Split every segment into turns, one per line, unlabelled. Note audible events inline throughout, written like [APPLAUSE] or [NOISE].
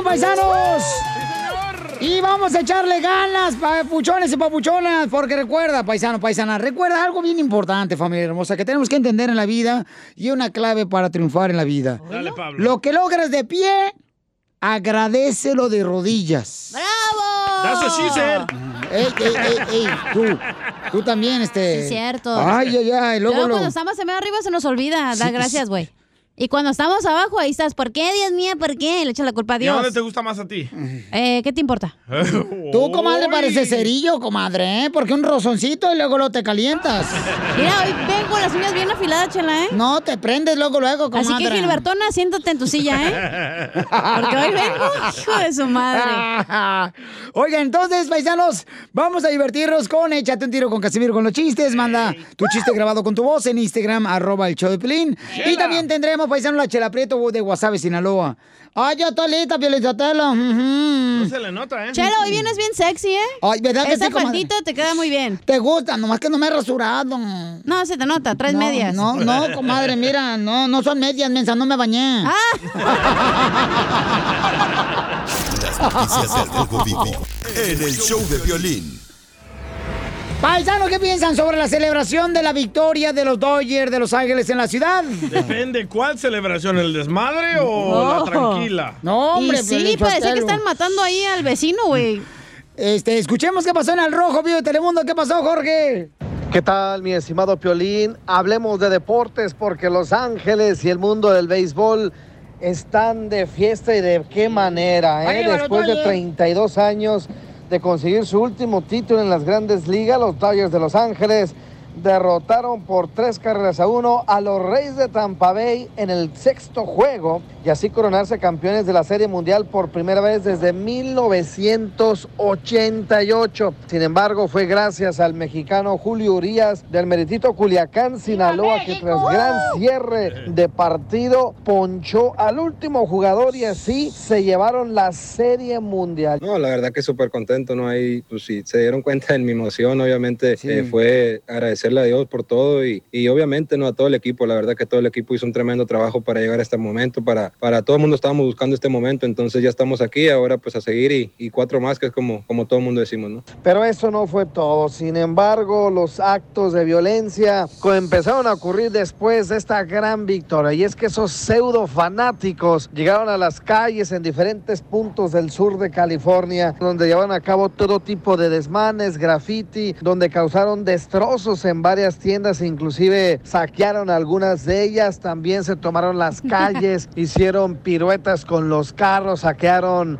Uh,
paisanos! Y vamos a echarle ganas, papuchones y papuchonas, porque recuerda, paisano, paisana, recuerda algo bien importante, familia hermosa, que tenemos que entender en la vida y una clave para triunfar en la vida.
Dale, Pablo.
Lo que logras de pie, agradecelo de rodillas.
¡Bravo!
That's what she said.
Ey, ey, ey, ey, tú, tú también, este...
Sí, cierto.
Ay, ay, ay,
Luego,
luego, luego.
cuando estamos en medio arriba se nos olvida.
Sí,
Dar gracias,
sí.
güey. Y cuando estamos abajo, ahí estás. ¿Por qué, Dios mío? ¿Por qué? Le echa la culpa a
¿Y a dónde
Dios.
te gusta más a ti?
Eh, ¿Qué te importa?
Tú, comadre, pareces cerillo, comadre, ¿eh? Porque un rozoncito y luego lo te calientas.
[LAUGHS] Mira, hoy vengo con las uñas bien afiladas, chela, ¿eh?
No, te prendes luego, luego, comadre.
Así que, Gilbertona, siéntate en tu silla, ¿eh?
[LAUGHS]
Porque hoy vengo, hijo de su madre.
[LAUGHS] Oiga, entonces, paisanos, vamos a divertirnos con Échate un tiro con Casimiro con los chistes. Manda tu chiste grabado con tu voz en Instagram, arroba el show de Pelín. Y también tendremos, paisanos, la chela Prieto de Guasave, Sinaloa. Ay, ya está lista, Piolizotelo. Ujú.
No se le nota, ¿eh?
Chela, hoy vienes bien sexy, ¿eh?
Ay, ¿verdad que
Esa
sí, comadre?
faldita te queda muy bien.
Te gusta, nomás que no me he rasurado.
No, se te nota, tres
no,
medias.
No, no,
[LAUGHS]
comadre, mira, no, no son medias, mensa, no me bañé.
Ah.
Las noticias [LAUGHS] del Rojo Vivo en el show de violín.
Paisano, ¿qué piensan sobre la celebración de la victoria de los Dodgers de Los Ángeles en la ciudad?
Depende cuál celebración, el desmadre o
No.
Oh, la tranquila.
No, hombre,
Oh. y sí,
Piolín
parecía que
Sotelo.
están matando ahí al vecino, güey.
Este, escuchemos qué pasó en Al Rojo, vivo de Telemundo. ¿Qué pasó, Jorge?
¿Qué tal, mi estimado Piolín? Hablemos de deportes porque Los Ángeles y el mundo del béisbol están de fiesta y de qué manera, ¿eh?
Arriba los
Después de
Dodgers.
32 años de conseguir su último título en las grandes ligas, los Dodgers de Los Ángeles derrotaron por tres carreras a uno a los Reyes de Tampa Bay en el sexto juego y así coronarse campeones de la Serie Mundial por primera vez desde 1988. Sin embargo, fue gracias al mexicano Julio Urias del meritito Culiacán, Sinaloa, que tras gran cierre de partido ponchó al último jugador y así se llevaron la Serie Mundial.
No, la verdad que súper contento, ¿no? Ahí, pues si se dieron cuenta de mi emoción, obviamente
Sí.
eh, fue agradecerle a Dios por todo y, y obviamente, ¿no? A todo el equipo, la verdad que todo el equipo hizo un tremendo trabajo para llegar a este momento, para, para todo el mundo estábamos buscando este momento, entonces ya estamos aquí, ahora pues a seguir y, y cuatro más, que es como, como todo el mundo decimos, ¿no?
Pero eso no fue todo. Sin embargo, los actos de violencia co- empezaron a ocurrir después de esta gran victoria. Y es que esos pseudo fanáticos llegaron a las calles en diferentes puntos del sur de California, donde llevaron a cabo todo tipo de desmanes, graffiti, donde causaron destrozos en varias tiendas, e inclusive saquearon algunas de ellas. También se tomaron las calles, hicieron piruetas con los carros, saquearon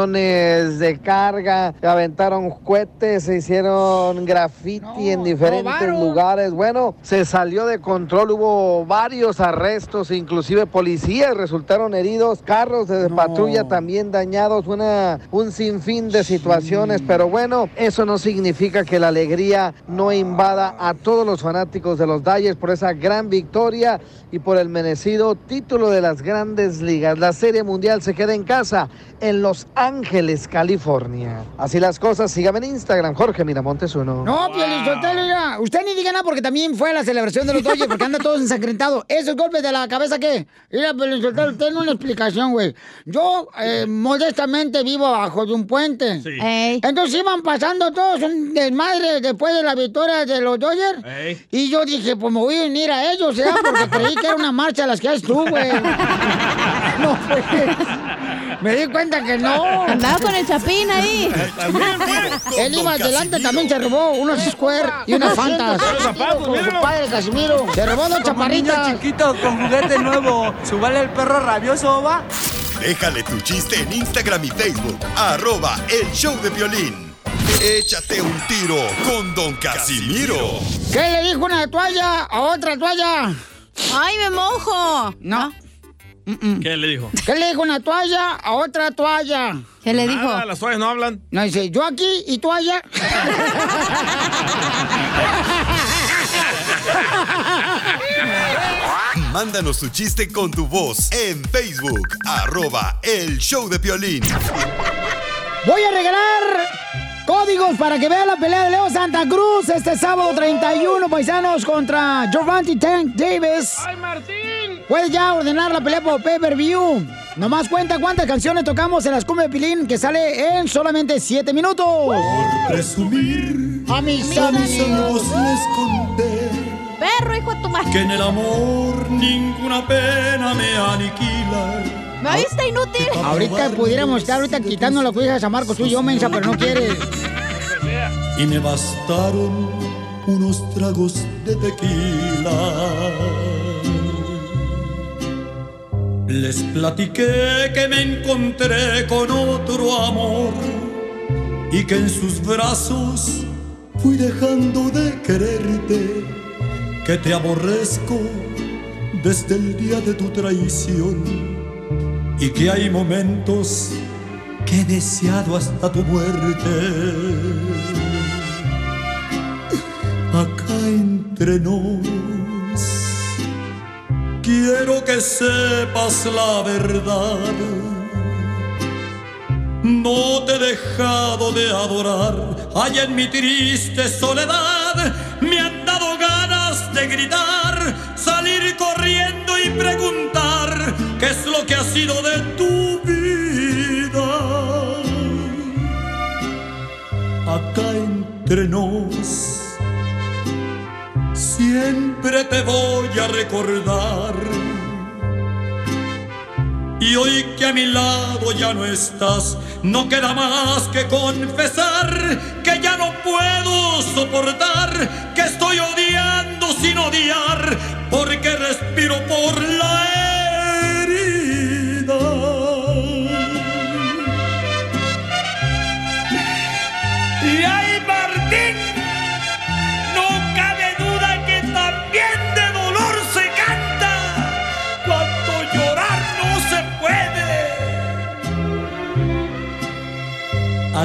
camiones de carga, aventaron cohetes, se hicieron graffiti en
No,
diferentes
robaron.
lugares. Bueno, se salió de control, hubo varios arrestos, inclusive policías resultaron heridos, carros de
No.
patrulla también dañados, una, un sinfín de situaciones, pero bueno, eso no significa que la alegría no invada a todos los fanáticos de los Dalles por esa gran victoria y por el merecido título de las grandes ligas. La Serie Mundial se queda en casa en Los Ángeles, California. Así las cosas, sígame en Instagram, Jorge Miramontes uno.
No,
Wow.
Piolín Sotelo, mira, Usted ni diga nada porque también fue a la celebración de los Dodgers porque anda todos ensangrentados. ¿Esos golpes de la cabeza qué? Mira, Piolín Sotelo, tiene una explicación, güey. Yo eh, modestamente vivo abajo de un puente.
Sí.
Ey.
Entonces iban pasando todos un desmadre después de la victoria de los Dodgers.
Ey.
Y yo dije, pues me voy a unir a ellos, ¿eh? Porque creí que era una marcha las que haces tú, güey.
[LAUGHS]
No, pues. Me di cuenta que no.
Andaba con el chapín
[LAUGHS]
ahí.
También, pues.
Él iba adelante, también se robó unos Square y unas Fantas.
Los
pues,
zapatos,
Como su
míralo.
padre, Casimiro. Se robó dos chaparritas.
chiquito con juguete nuevo. Subale el perro rabioso, va.
Déjale tu chiste en Instagram y Facebook. Arroba el show de violín. Échate un tiro con Don Casimiro.
¿Qué le dijo una toalla a otra toalla?
¡Ay, me mojo! Ah.
No. mm,
¿Qué le dijo?
¿Qué le dijo una toalla a otra toalla?
¿Qué le dijo?
Nada, Ah, las toallas no hablan.
No dice, yo aquí y tú allá.
Mándanos tu chiste con tu voz en Facebook. Arroba el show de violín.
Voy a regalar Códigos para que vean la pelea de Leo Santa Cruz este sábado 31, paisanos, contra Giovanni Tank Davis. ¡Ay, Martín! Puedes ya ordenar la pelea por pay-per-view. Nomás cuenta cuántas canciones tocamos en las cumbres de Pilín, que sale en solamente 7 minutos.
Presumir
A mis amigos
les conté
Perro, hijo de tu madre.
que en el amor ninguna pena me aniquila.
¿Me oíste, inútil?
Ahorita pudiéramos estar ahorita quitando las cuijas a Marcos tú y yo, mensa, pero no quieres.
Y me bastaron unos tragos de tequila. Les platiqué que me encontré con otro amor y que en sus brazos fui dejando de quererte, que te aborrezco desde el día de tu traición y que hay momentos que he deseado hasta tu muerte. Acá entre nos, quiero que sepas la verdad. No te he dejado de adorar, allá en mi triste soledad me han dado ganas de gritar, salir corriendo y preguntar qué es lo que ha sido de tu vida. Acá entre nos, siempre te voy a recordar. Y hoy que a mi lado ya no estás, no queda más que confesar que ya no puedo soportar, que estoy odiando sin odiar, porque respiro por la herida.
[LAUGHS] Y ahí, Martín, no cabe duda que también de dolor se canta. Cuando llorar no se puede.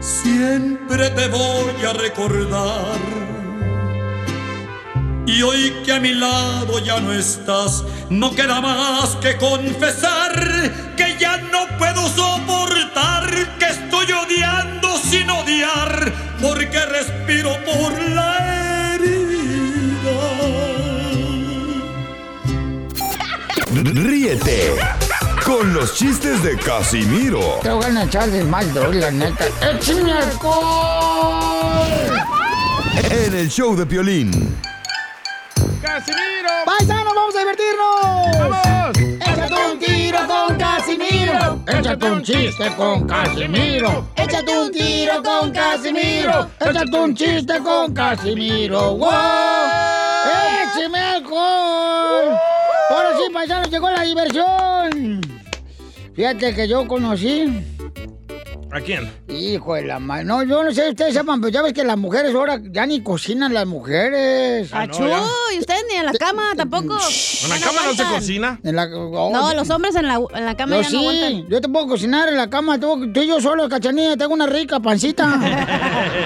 siempre te voy a recordar. Y hoy que a mi lado ya no estás, no queda más que confesar que ya no puedo soportar, que estoy odiando sin odiar, porque respiro por la herida.
Ríete con los chistes de Casimiro
Te voy a echar de mal, doy, la neta. Eh, ¡Échame alcohol!
en el show de Piolín.
¡Casimiro!
¡Paisanos, vamos a divertirnos! ¡Échate un tiro con Casimiro! ¡Échate un chiste con Casimiro! ¡Échate un tiro con Casimiro! ¡Échate un chiste con Casimiro! ¡Wow! ¡Échame alcohol! Eh, Ahora sí, paisanos, llegó la diversión. Fíjate que yo conocí...
¿A quién?
Hijo de la madre. No, yo no sé, ustedes sepan, pero ya ves que las mujeres ahora ya ni cocinan las mujeres.
Achú,
Ah,
y ustedes ni en la cama tampoco. Ya
¿En la cama no se
aguantan.
cocina?
En la- oh,
No, los hombres en la, en la cama
yo
ya
sí,
no aguantan.
yo te puedo cocinar en la cama, tú, tú y yo solo, cachanilla, tengo una
[LAUGHS]
rica pancita.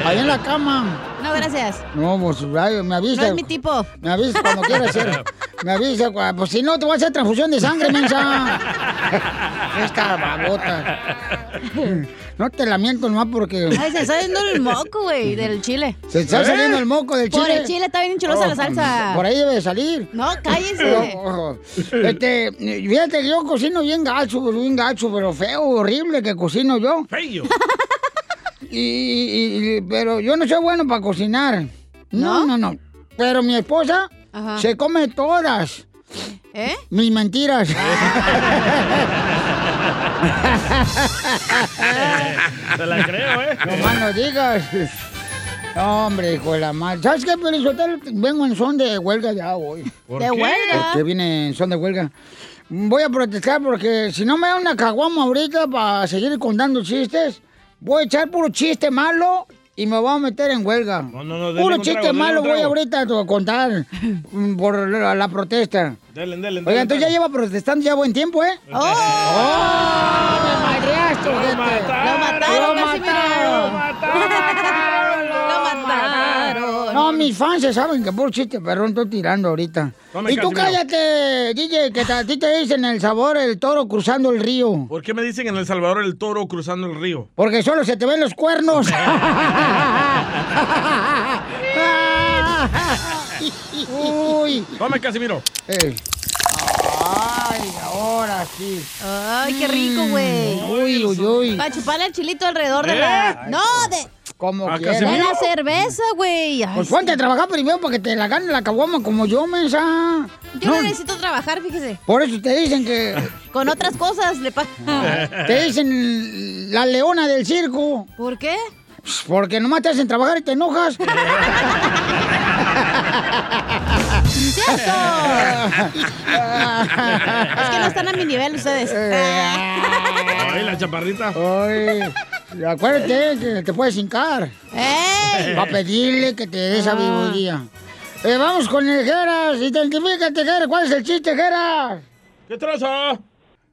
Ahí en la cama.
No, gracias.
No, pues, ay, me
No
avisa.
es mi tipo.
Me avisa cuando
[LAUGHS]
quieras hacer. Me avisa, cua- pues si no, te voy a hacer transfusión de sangre,
[LAUGHS]
mensa. Esta babota. No te lamento nomás porque
Ay, se está yendo el moco, güey, del chile.
se está saliendo el moco del chile. Oh,
Por el chile está bien enchulosa la salsa.
Por ahí Oh, debe
[LAUGHS]
de salir.
No, cállese.
Ojo. Este, fíjate que yo cocino bien gacho, bien gacho, pero feo, horrible que cocino yo.
Feyo.
[LAUGHS] Y, y- y- pero yo no soy bueno para cocinar. No, no, no. Pero mi esposa
Ajá.
[LAUGHS] se come todas
¿Eh? Ah.
mis mentiras. [LAUGHS]
Te la creo, ¿eh?
no más no digas. No, hombre, hijo de la madre. ¿Sabes qué, Pelizotelo? Vengo en son de huelga ya hoy.
¿Por
De
qué?
huelga.
Porque viene en son de huelga. Voy a protestar porque si no me da una caguama ahorita para seguir contando chistes, voy a echar puro chiste malo y me voy a meter en huelga.
no, no, denle
puro
un
chiste
trago, denle
malo
un
voy
trago.
ahorita a contar mm, por la, la protesta.
Dale, dale, dale.
Oigan, entonces ya lleva protestando ya buen tiempo, ¿eh? ¡Oh! ¡Me madreaste, ojete!
Lo mataron, Casimiro.
Lo mataron.
No, mis fans se saben que por chiste perrón estoy tirando ahorita.
Tome,
y tú
Casimiro.
cállate, DJ, que a ti te dicen el sabor el toro cruzando el río.
¿Por qué me dicen en El Salvador el toro cruzando el río?
Porque solo se te ven los
[LAUGHS]
cuernos. Uy. Eh.
Tome, Casimiro.
Ay, ahora sí.
Ay, qué rico, güey.
Mm, Uy, uy, uy.
Para chuparle el chilito alrededor de
¿Eh?
la. No, de.
Como
¿A
quieras.
Casimiro? De la cerveza, güey. Ay,
Pues
sí.
ponte a trabajar primero para que te la gane la caguama como yo, mensa.
Yo no
No,
necesito trabajar, fíjese.
Por eso te dicen que
Con otras cosas le pago.
Eh. Te dicen la leona del circo.
¿Por qué?
Porque nomás te hacen trabajar y
[LAUGHS]
te enojas.
Es que no están a mi nivel ustedes.
Ay, la chaparrita.
Ay, y acuérdate que te puedes hincar.
¡Ey!
Va a pedirle que te dé sabiduría. Eh, vamos con el Geras. Identifícate, Geras. ¿Cuál es el chiste, Geras?
¿Qué traza?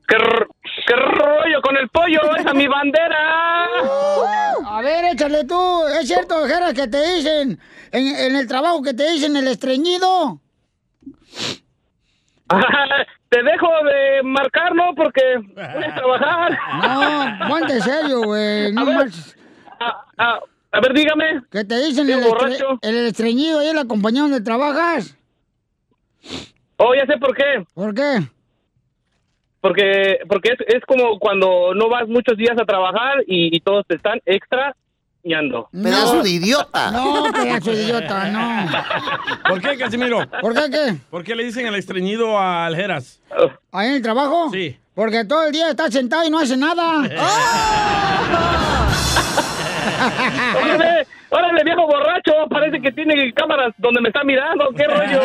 ¿Qué, r- qué rollo con el pollo? ¡Esa es mi bandera! [LAUGHS]
A ver, échale tú. ¿Es cierto, Geras, que te dicen en, en el trabajo que te dicen el estreñido?
Te dejo de marcar, ¿no? Porque voy a trabajar.
No, ponte serio, güey. No marches.
Ah, a ver, dígame.
Que te dicen
Bien
el, estre-
borracho.
el estreñido ahí en la compañía donde trabajas.
Oh, ya sé por qué.
¿Por qué?
Porque, porque es, es como cuando no vas muchos días a trabajar y, y todos te están extrañando.
Pedazo de idiota. No, pedazo de idiota, no.
¿Por qué, Casimiro?
¿Por qué qué?
¿Por qué le dicen el estreñido a Aljeras?
Ah.
¿Ahí en el trabajo?
Sí.
Porque todo el día está sentado y no hace nada.
¡Órale, órale, viejo borracho! Parece que tiene cámaras donde me está mirando.
[LAUGHS]
¡Qué rollo!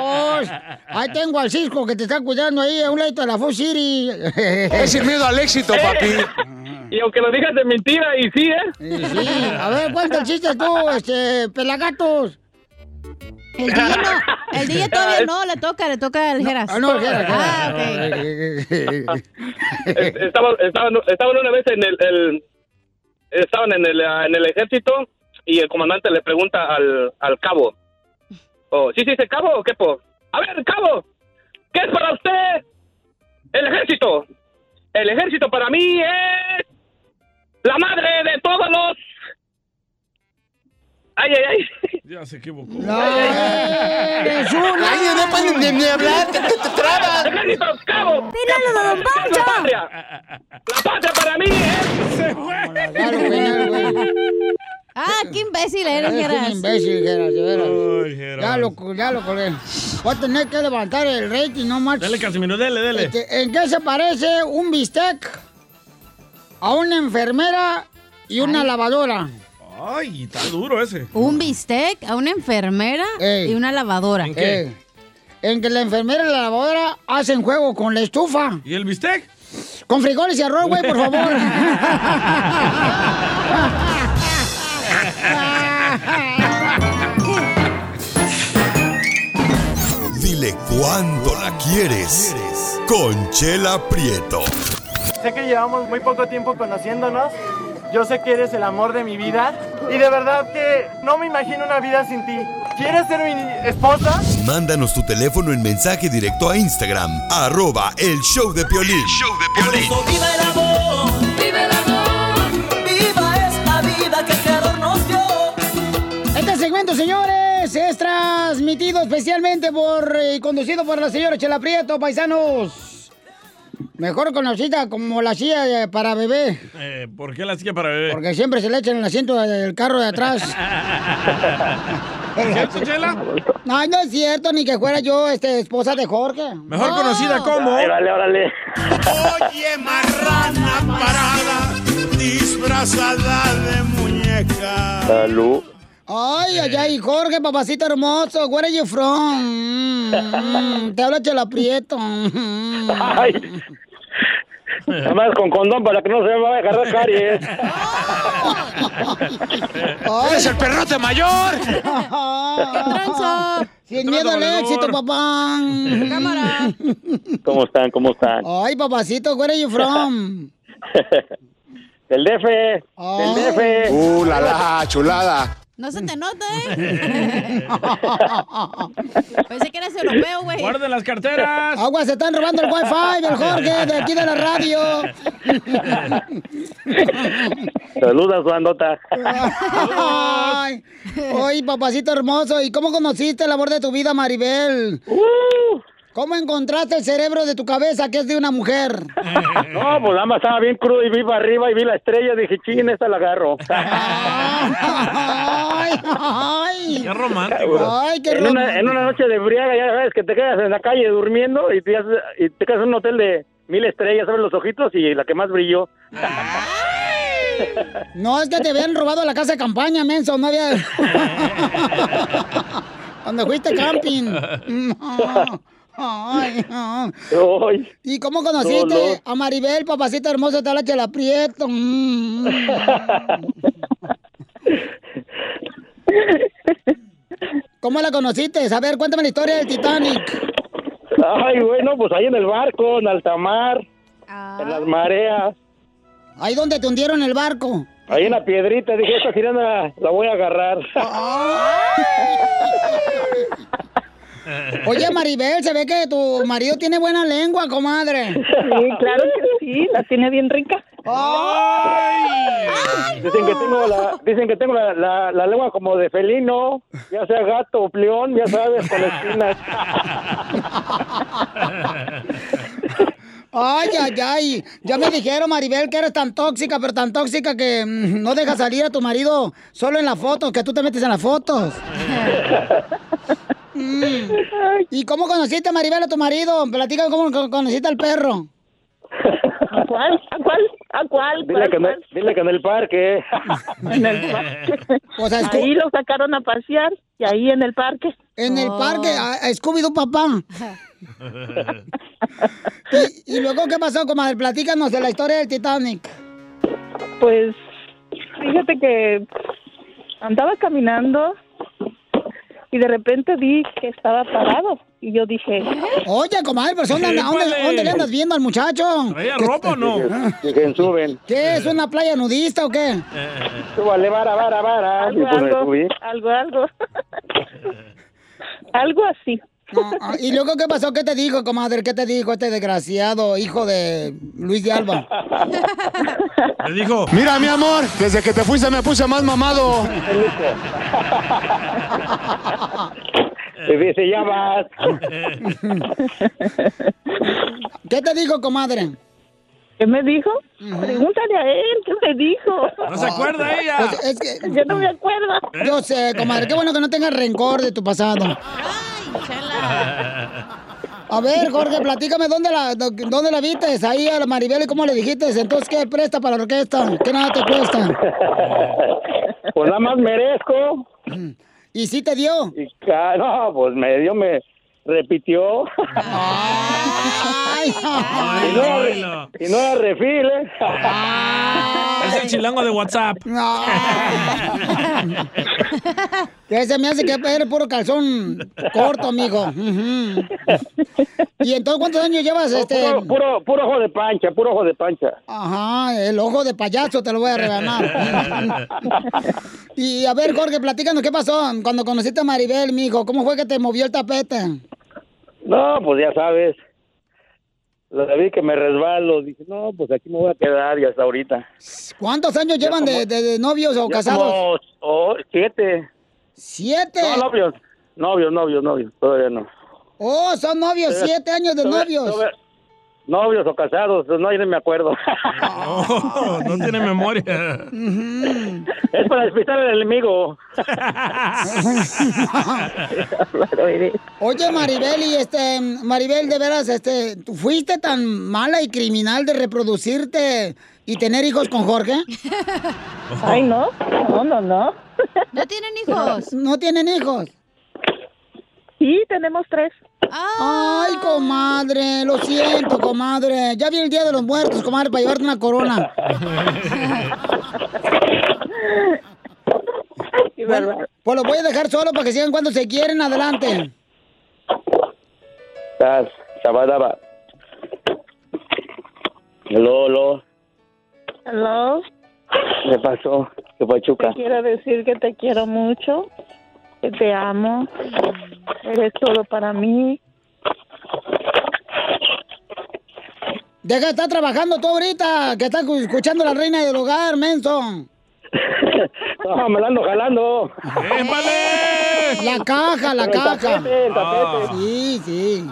Oh, ahí tengo al Cisco que te está cuidando ahí a un lado de la Fox City. Es
el miedo al éxito, papi. Eh, Y aunque lo digas de mentira, y sí, ¿eh?
Sí, a ver, cuenta el chiste tú, este, pelagatos.
El DJ no, el DJ todavía no, le toca, le toca al Geras.
ah, no, al Geras,
Ah,
Geras.
ok.
Es- Estaban, estaban, estaban una vez en el, el- estaban en el, ah, en el ejército y el comandante le pregunta al, al cabo. Oh, ¿Sí se dice cabo o qué po? A ver, cabo, ¿qué es para usted el ejército? El ejército para mí es la madre de todos los... Ay, ay, ay.
Ya se equivocó.
eres un- Ay, no puedes ni- ni hablar, te- te- te trabas.
¡Ejército, cabo!
¡Pílalo, don Poncho!
¡La patria! ¡La patria para mí eh! es...
Ah, qué imbécil eres,
Eres un
Geras.
imbécil, Geras, de veras. Ya lo, cu- ya lo colgué. Voy a tener que levantar el rating, no marches.
Dale, Casimiro, dele, dele.
Este, ¿En qué se parece un bistec a una enfermera y una lavadora?
Ay, está duro ese.
Un bistec a una enfermera y una lavadora.
¿En qué?
Eh, en que la enfermera y la lavadora hacen juego con la estufa.
¿Y el bistec?
Con frijoles y arroz, güey, por favor.
Dile cuándo la quieres. Conchela Prieto.
Sé que llevamos muy poco tiempo conociéndonos. Yo sé que eres el amor de mi vida. Y de verdad que no me imagino una vida sin ti. ¿Quieres ser mi esposa?
Mándanos tu teléfono en mensaje directo a Instagram. Arroba el show de Piolín.
¡Viva el amor! ¡Viva el amor! ¡Viva esta vida que el Creador nos dio!
Este segmento, señores, es transmitido especialmente por eh, y conducido por la señora Chela Prieto, paisanos. Mejor conocida como la silla eh, para bebé,
Eh, ¿Por qué la silla para bebé?
porque siempre se le echa en el asiento del carro de
[LAUGHS]
atrás.
¿Cierto, Chela?
No, no es cierto, ni que fuera yo este, esposa de Jorge.
[LAUGHS] Mejor
No.
conocida como.
órale.
Oye, marrana parada, disfrazada de muñeca.
Salud.
Ay, ay, ay, Jorge, papacito hermoso, where are you from? Mm, mm, te habla Chela Prieto. Mm.
Ay. Nada más con condón para que no se me vaya a [LAUGHS] agarrar caries.
¡Eres el perrote mayor!
Sin miedo al éxito, papá. Cámara.
¿Cómo están? ¿Cómo están? [LAUGHS]
Ay, papacito, where are you from?
Del DF, del DF.
Uh, la la, chulada.
No se te
Mm.
nota, ¿eh?
[LAUGHS]
Pensé que eras europeo, güey.
Guarden las carteras.
Agua, se están [LAUGHS] robando el wifi del Jorge
[LAUGHS]
de aquí de la radio.
Saludas, bandota.
[LAUGHS]
Ay, Ay, papacito hermoso, ¿y cómo conociste el amor de tu vida, Maribel? ¿Cómo encontraste el cerebro de tu cabeza que es de una mujer?
No, pues nada más estaba bien crudo y vi para arriba y vi la estrella. Dije, ching, esta la agarro.
[LAUGHS] Ay, ay.
Qué romántico.
Ay, qué
en una, en una noche de briaga, ya sabes que te quedas en la calle durmiendo y te, haces- y te quedas en un hotel de mil estrellas, abres los ojitos y la que más brilló.
Ah. No, es que te habían robado la casa de campaña, menso. No había. [LAUGHS] Cuando fuiste camping. No. Ay, no. [LAUGHS]
Ay.
¿Y cómo conociste
Dolor.
a Maribel, papacito hermoso? Te la chela
[LAUGHS]
prieto. Mm. ¿Cómo la conociste? A ver, cuéntame la historia del Titanic.
Ay, bueno, pues ahí en el barco, en alta mar, en las mareas.
Ahí donde te hundieron el barco.
Ahí en la piedrita dije, esta sirena la voy a agarrar.
Ah. Oye, Maribel, se ve que tu marido tiene buena lengua, comadre.
Sí, claro que sí, la tiene bien rica.
Dicen que tengo la, dicen que tengo la, la- la lengua como de felino, ya sea gato o pleón, ya sabes, con
[LAUGHS]
espinas.
Ay, ay, ay. Ya me dijeron, Maribel, que eres tan tóxica, pero tan tóxica que mm, no dejas salir a tu marido solo en las fotos, que tú te metes en las
[LAUGHS]
fotos. Mm. ¿Y cómo conociste, Maribel, a tu marido? Platica cómo co- conociste al perro.
¿A cuál? ¿A cuál? ¿A cuál?
Dile que, en el- dile que en el parque.
En
Eh.
el parque. ahí lo sacaron a pasear y ahí en el parque.
En
Oh.
el parque, ah. a, a Scooby-Doo,
[LAUGHS]
papá. ¿Y, y luego qué pasó, comadre? Platícanos de la historia del Titanic.
Pues, fíjate que andaba caminando y de repente vi que estaba parado y yo dije,
Oye, comadre, pero ¿dónde, anda- dónde-
Épale.
dónde le andas viendo al muchacho?
¿Traía ropa
[LAUGHS]
o no?
Dije, suben.
¿Qué? ¿Es una playa nudista o qué?
Eh,
Súbale, vara, vara, vara.
algo,
Y pues me
algo,
subí.
algo,
[LAUGHS]
algo, algo así.
Ah, ¿Y luego qué pasó? ¿Qué te dijo, comadre? ¿Qué te dijo este desgraciado hijo de Luis de Alba?
Le dijo, mira mi amor, desde que te fuiste me puse más mamado.
eh.
Y dice, ya vas.
[LAUGHS] ¿Qué te dijo, comadre?
¿Qué me dijo? Pregúntale a él, ¿qué me dijo?
No se acuerda ella. Pues, es que-
Yo no me acuerdo.
Yo sé, comadre, qué bueno que no tengas rencor de tu pasado. A ver, Jorge, platícame dónde la, do- dónde la viste, ahí a la Maribel y cómo le dijiste. Entonces, ¿qué presta para la orquesta? ¿Qué nada te cuesta?
Pues nada más merezco.
¿Y sí te dio?
Y, ca- no, pues me dio, me repitió.
Ay,
y, no era, re- y no era refil, ¿eh?
Es el chilango
[LAUGHS]
de WhatsApp. [LAUGHS]
Que se me hace que eres puro calzón corto, amigo. Ujú. ¿Y entonces cuántos años llevas? Este?
Puro, puro, puro ojo de pancha, puro ojo de
[LAUGHS]
pancha. [LAUGHS]
Ajá, el ojo de payaso te lo voy a regalar. y a ver, Jorge, platícanos qué pasó cuando conociste a Maribel, mijo. ¿Cómo fue que te movió el tapete?
No, pues ya sabes. La vi que me resbalo. Dije, no, pues aquí me voy a quedar y hasta ahorita.
¿Cuántos años llevan de, de- de novios o
Ya
casados?
como, oh, siete.
¿Siete?
No, novios. Novios, novios, novios. Todavía no.
Oh, son novios,
Todavía-
siete años de
todavía-
novios.
todavía- Novios o casados, pues no, yo ni me acuerdo.
[LAUGHS] No, no tiene memoria.
es para despistar al
[LAUGHS]
[LAUGHS]
enemigo. [LAUGHS]
Oye, Maribel, y este, Maribel, de veras, este, ¿tú fuiste tan mala y criminal de reproducirte y tener hijos con Jorge?
[LAUGHS] Ay, no, no, no, no.
[LAUGHS]
¿No tienen hijos?
No tienen hijos.
Sí, tenemos tres.
Ay, comadre, lo siento, comadre. Ya viene el Día de los Muertos, comadre, para llevarte una
[LAUGHS]
corona. Bueno, pues los voy a dejar solo para que sigan cuando se quieren. Adelante.
Estás, Sabadaba. Aló, aló.
Hello,
¿Qué pasó? ¿Qué pachuca?
te quiero decir que te quiero mucho, que te amo, eres todo para mí.
Deja de estar trabajando tú ahorita, que está cu- escuchando la reina del hogar, menso.
[LAUGHS] No, me la ando jalando.
La caja, la
El
caja.
tapete, el
Ah.
tapete.
Sí, sí.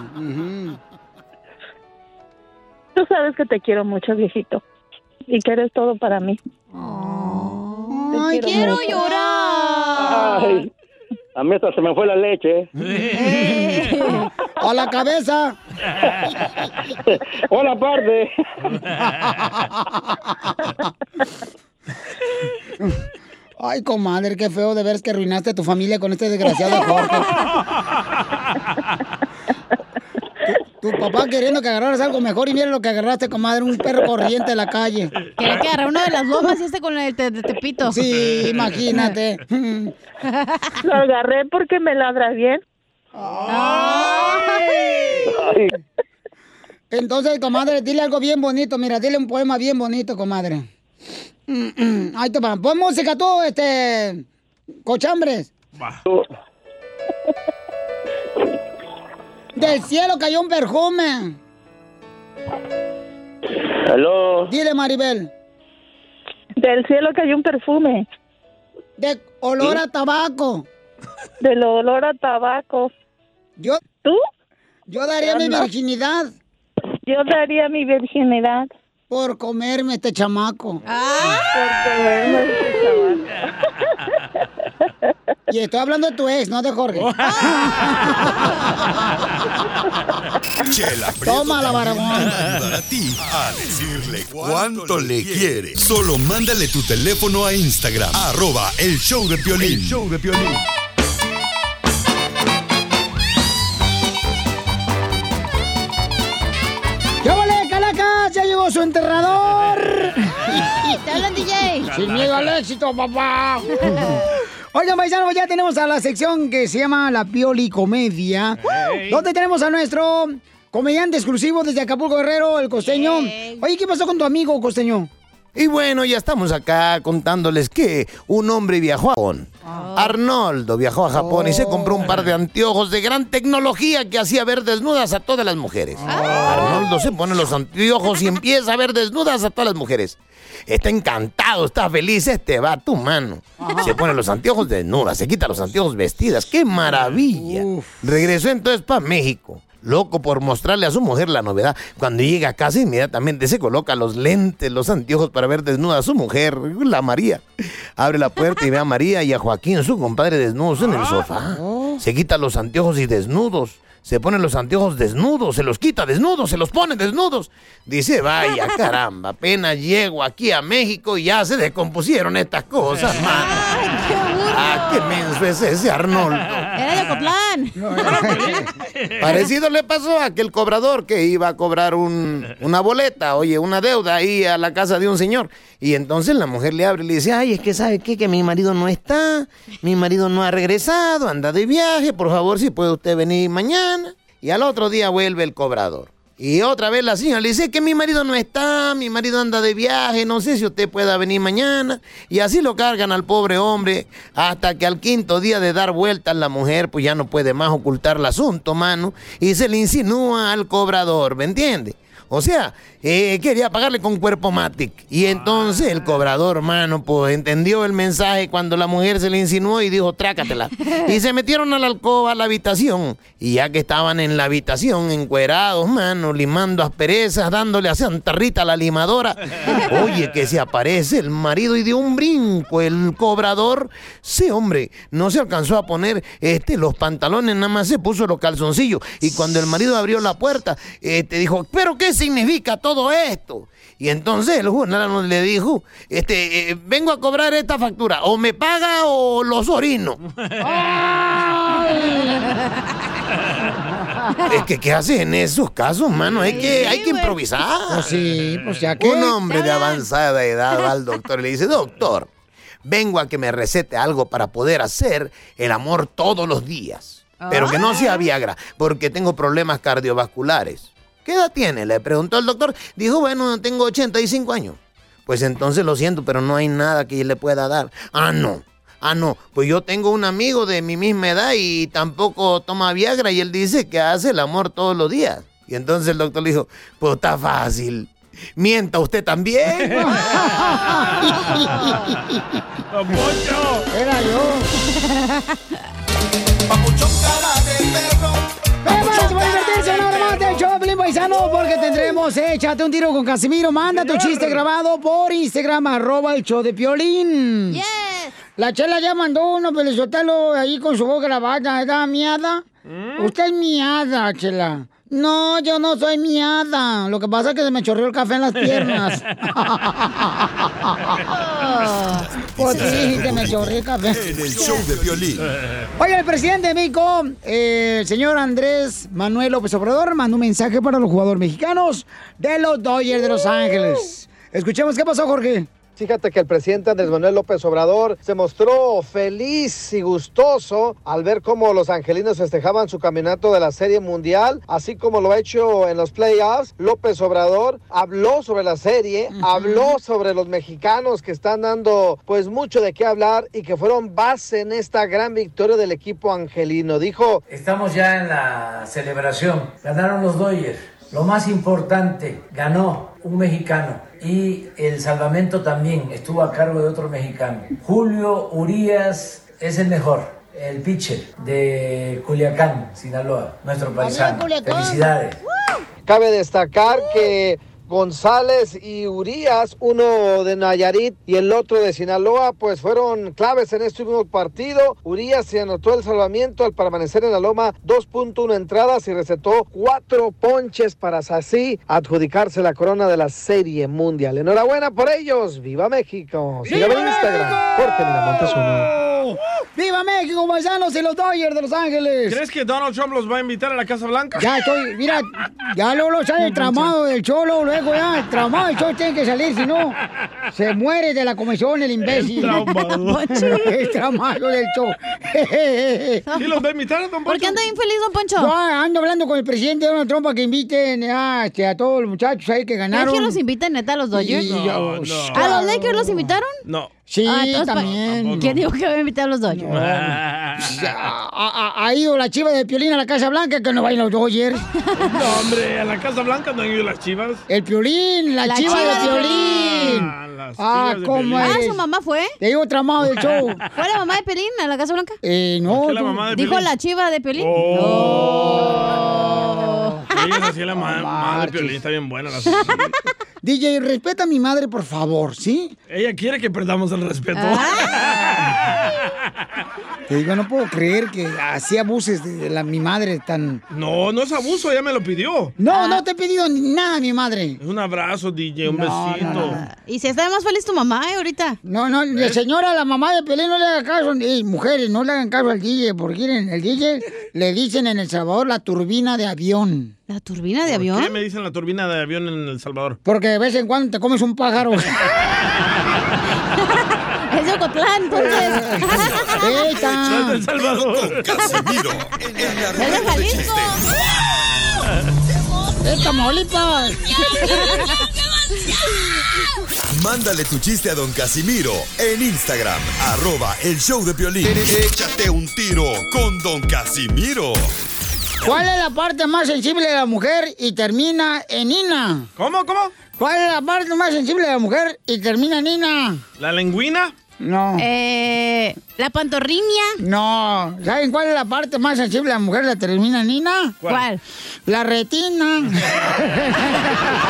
Tú sabes que te quiero mucho, viejito, y que eres todo para mí.
Ay, quiero
mucho.
llorar.
Ay, a mí hasta se me fue
[LAUGHS]
la leche.
A la cabeza.
[LAUGHS] Hola, parte.
Ay, comadre, qué feo de ver que arruinaste a tu familia con este desgraciado
[LAUGHS]
Jorge. Tu, tu papá queriendo que agarraras algo mejor y mira lo que agarraste, comadre, un perro corriente de la calle.
Quería que agarrar uno de las lomas y este con el de Tepito.
[LAUGHS]
Sí,
[LAUGHS]
imagínate.
Lo agarré porque me ladra bien.
Entonces, comadre, dile algo bien bonito. Mira, dile un poema bien bonito, comadre. [CLEARS THROAT] Mm, mm. Ahí te va. Pon música tú, este. Cochambres. Del cielo cayó un perfume.
Aló.
Dile, Maribel.
Del cielo cayó un perfume.
De olor a tabaco.
Del olor a tabaco.
Yo,
¿Tú?
Yo daría mi
No.
virginidad.
Yo daría mi virginidad. Ah.
Por comerme este chamaco. Y estoy hablando de tu ex, no de Jorge.
Chela Prieto
Toma la
te
barabón.
va a ayudar a ti a decirle cuánto le quiere. Solo mándale tu teléfono a Instagram, arroba el show de Piolín. show de Piolín.
¡Qué vale, Calacas! ¡Ya llegó su enterrador!
[LAUGHS] ¡Te hablan, DJ!
¡Sin miedo al éxito, papá! Oigan, paisanos, pues ya tenemos a la sección que se llama La Pioli Comedia.
Ey.
Donde tenemos a nuestro comediante exclusivo desde Acapulco Guerrero, el costeño. Oye, ¿qué pasó con tu amigo, costeño?
Y bueno, ya estamos acá contándoles que un hombre viajó a Japón. Arnoldo viajó a Japón y se compró un par de anteojos de gran tecnología que hacía ver desnudas a todas las mujeres. Arnoldo se pone los anteojos y empieza a ver desnudas a todas las mujeres. Está encantado, está feliz, este va a tu mano. Se pone los anteojos desnudas, se quita los anteojos vestidas. ¡Qué maravilla! Regresó entonces para México. Loco por mostrarle a su mujer la novedad. Cuando llega a casa, inmediatamente se coloca los lentes, los anteojos para ver desnuda a su mujer, la María. Abre la puerta y ve a María y a Joaquín, su compadre, desnudos en el sofá. Se quita los anteojos y desnudos. Se pone los anteojos desnudos, se los quita desnudos, se los pone desnudos. Dice, vaya caramba, apenas llego aquí a México y ya se descompusieron estas cosas, mano. ¡Ah, qué menso es ese Arnoldo!
Era de
[LAUGHS]
Cotlán.
Parecido le pasó a aquel cobrador que iba a cobrar un- una boleta, oye, una deuda ahí a la casa de un señor. Y entonces la mujer le abre y le dice, ay, es que sabe qué, que mi marido no está, mi marido no ha regresado, anda de viaje, por favor, si puede usted venir mañana. Y al otro día vuelve el cobrador. Y otra vez la señora le dice que mi marido no está, mi marido anda de viaje, no sé si usted pueda venir mañana. Y así lo cargan al pobre hombre hasta que al quinto día de dar vueltas la mujer pues ya no puede más ocultar el asunto, mano. Y se le insinúa al cobrador, ¿me entiende? O sea, eh, quería pagarle con cuerpo Matic. Y entonces el cobrador, mano, pues entendió el mensaje cuando la mujer se le insinuó y dijo, trácatela. Y se metieron a la alcoba, a la habitación. Y ya que estaban en la habitación, encuerados, mano, limando asperezas, dándole a Santa Rita la limadora. Oye, que se aparece el marido y de un brinco el cobrador. Sí, hombre, no se alcanzó a poner este, los pantalones, nada más se puso los calzoncillos. Y cuando el marido abrió la puerta, este, dijo, ¿pero qué significa todo esto? Y entonces el jornalero le dijo, este, eh, vengo a cobrar esta factura, o me paga o los orino. Es que, ¿qué haces en esos casos, mano? Hay que, hay que improvisar.
Pues sí, pues ya que.
Un hombre de avanzada edad va al doctor y le dice, doctor, vengo a que me recete algo para poder hacer el amor todos los días. Pero que no sea Viagra, porque tengo problemas cardiovasculares. ¿Qué edad tiene? Le preguntó el doctor. Dijo, bueno, tengo 85 años. Pues entonces lo siento, pero no hay nada que le pueda dar. Ah, no. Ah, no. Pues yo tengo un amigo de mi misma edad y tampoco toma Viagra y él dice que hace el amor todos los días. Y entonces el doctor le dijo, pues está fácil. Mienta usted también.
Era
[LAUGHS]
yo. Prepárense para divertirse una hora más del show de Pelín Paisano porque tendremos eh, Échate un tiro con Casimiro. Manda tu chiste grabado por Instagram, arroba el show de Piolín. La chela ya mandó uno, pero Sotelo ahí con su voz grabada. ¿Era ¿eh? miada? Usted es miada, chela. No, yo no soy miada. Lo que pasa es que se me chorreó el café
[LAUGHS]
en las piernas. pues sí, se me chorreó el café.
En el show de
[LAUGHS]
violín.
Oiga, el presidente de México, eh, el señor Andrés Manuel López Obrador, mandó un mensaje para los jugadores mexicanos de los Dodgers de Los Ángeles. Escuchemos qué pasó, Jorge.
Fíjate que el presidente Andrés Manuel López Obrador se mostró feliz y gustoso al ver cómo los angelinos festejaban su campeonato de la Serie Mundial, así como lo ha hecho en los playoffs. López Obrador habló sobre la serie, habló sobre los mexicanos que están dando pues mucho de qué hablar y que fueron base en esta gran victoria del equipo angelino. Dijo,
Estamos ya en la celebración. Ganaron los Dodgers. Lo más importante, ganó un mexicano. Y el salvamento también estuvo a cargo de otro mexicano. Julio Urias es el mejor, el pitcher de Culiacán, Sinaloa, nuestro paisano. Felicidades.
Cabe destacar que González y Urias, uno de Nayarit y el otro de Sinaloa, pues fueron claves en este mismo partido. Urias se anotó el salvamiento al permanecer en la loma 2.1 entradas y recetó cuatro ponches para así adjudicarse la corona de la Serie Mundial. Enhorabuena por ellos. ¡Viva México! Sígame en Instagram. Jorge Miramontes uno.
¡Viva México, paisanos y los Dodgers de Los Ángeles!
¿Crees que Donald Trump los va a invitar a la Casa Blanca?
Ya estoy, mira, ya luego lo sale el tramado del cholo, luego ya, el tramado del cholo tiene que salir, si no, se muere de la comisión el imbécil.
El traumado.
[LAUGHS] El tramado del cholo.
¿Sí los va a invitar, don
¿Por qué anda bien feliz, don Poncho?
Yo ah, ando hablando con el presidente Donald Trump para que inviten a, este, a todos los muchachos ahí que
¿Crees
ganaron.
que los inviten neta a los Dodgers?
Y- No, no.
¿A los Lakers los invitaron?
No.
Sí,
Ah, entonces,
también.
¿Quién dijo que había invitado a los Dodgers?
Ha, ha- ha ido la chiva de Piolín a la Casa Blanca que no va a ir los Dodgers.
No, hombre, a la Casa Blanca no han ido las chivas.
El Piolín, la,
La
chiva,
chiva
de
de
Piolín.
Piolín. las
Ah,
chivas de
cómo
Piolín.
es.
Ah, su mamá fue.
Te digo tramado del show.
¿Fue la mamá de Pelín a la Casa Blanca?
Eh, no.
la
tú-
mamá de
Dijo
Piolín.
la chiva de Pelín.
Sí, así la ma- madre de Piolín está bien buena. la-
[LAUGHS] DJ, respeta a mi madre, por favor, ¿sí?
Ella quiere que perdamos el respeto.
Te digo, no puedo creer que así abuses de de la, mi madre tan...
No, no es abuso, ella me lo pidió.
No,
Ah.
no te he pedido ni nada, mi madre.
Un abrazo, DJ, un
No,
besito.
no,
Y si está más feliz tu mamá, ¿eh? Ahorita.
No, no,
¿Eh?
la señora, la mamá de Pelín, no le haga caso. Ey, mujeres, no le hagan caso al DJ, porque miren, el DJ le dicen en El Salvador la turbina de avión.
¿La turbina de
¿Por ¿Qué me dicen la turbina de avión en El Salvador?
Porque de vez en cuando te comes un
[LAUGHS]
pájaro.
Es de Ocotlán, Ah, entonces.
¡Eita!
El Salvador.
Casimiro.
¡Es de Jalisco!
¡Es Tamaulipas!
Mándale tu chiste a don Casimiro en Instagram, arroba el show de violín. Échate un tiro con don Casimiro.
¿Cuál es la parte más sensible de la mujer y termina en Ina?
¿Cómo, cómo?
¿Cuál es la parte más sensible de la mujer y termina en Ina?
¿La lengüina?
No.
Eh, ¿La pantorriña?
No. ¿Saben cuál es la parte más sensible de la mujer y la termina en Ina?
¿Cuál? ¿Cuál?
La retina.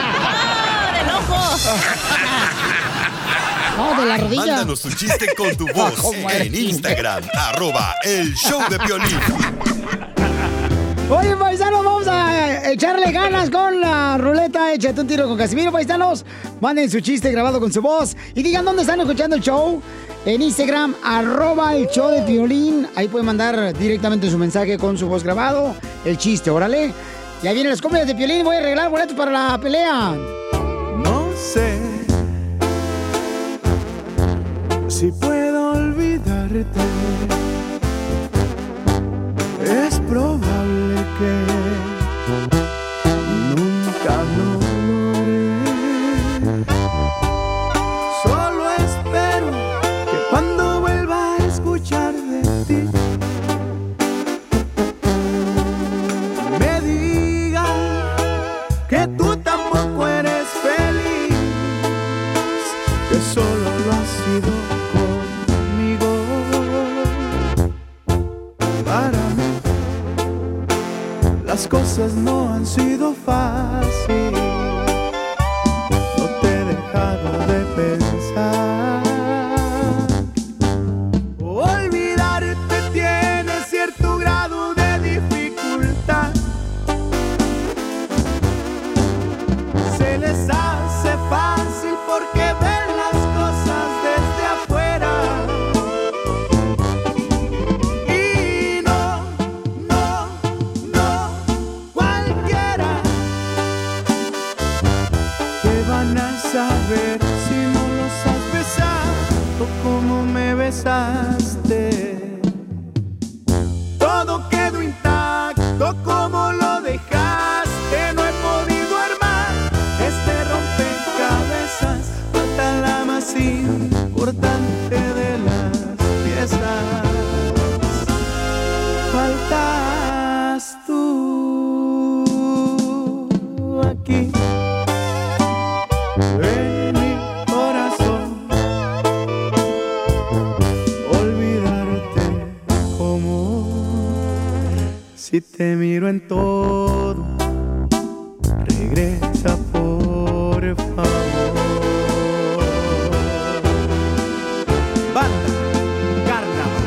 [LAUGHS]
¡Del
No, de la rodilla.
Mándanos tu chiste con tu voz
¿Cómo eres?
en Instagram, arroba el show de violín.
Oye, paisanos, vamos a echarle ganas con la ruleta. Échate un tiro con Casimiro, paisanos. Manden su chiste grabado con su voz. Y digan dónde están escuchando el show. En Instagram, arroba el show de Piolín. Ahí pueden mandar directamente su mensaje con su voz grabado. El chiste, órale. Y ahí vienen las comidas de Piolín. Voy a arreglar boletos para la pelea.
No sé si puedo olvidarte. Es probable que nunca lo logre. Solo espero que cuando vuelva a escuchar de ti me diga que tú tampoco eres feliz, que solo lo has sido conmigo. Para mí, las cosas no han sido fáciles. No te he dejado de pensar. Olvidarte tiene cierto grado de dificultad. Se les hace fácil porque ven las cosas desde afuera. Y no, no, no, cualquiera. ¿Qué van a saber si no los has besado como me besaste? Todo quedó intacto como lo dejaste. No he podido armar este rompecabezas. Falta la más importante de las piezas. Faltas tú aquí. En mi corazón, olvidarte como si te miro en todo. Regresa, por favor. Banda Carnaval.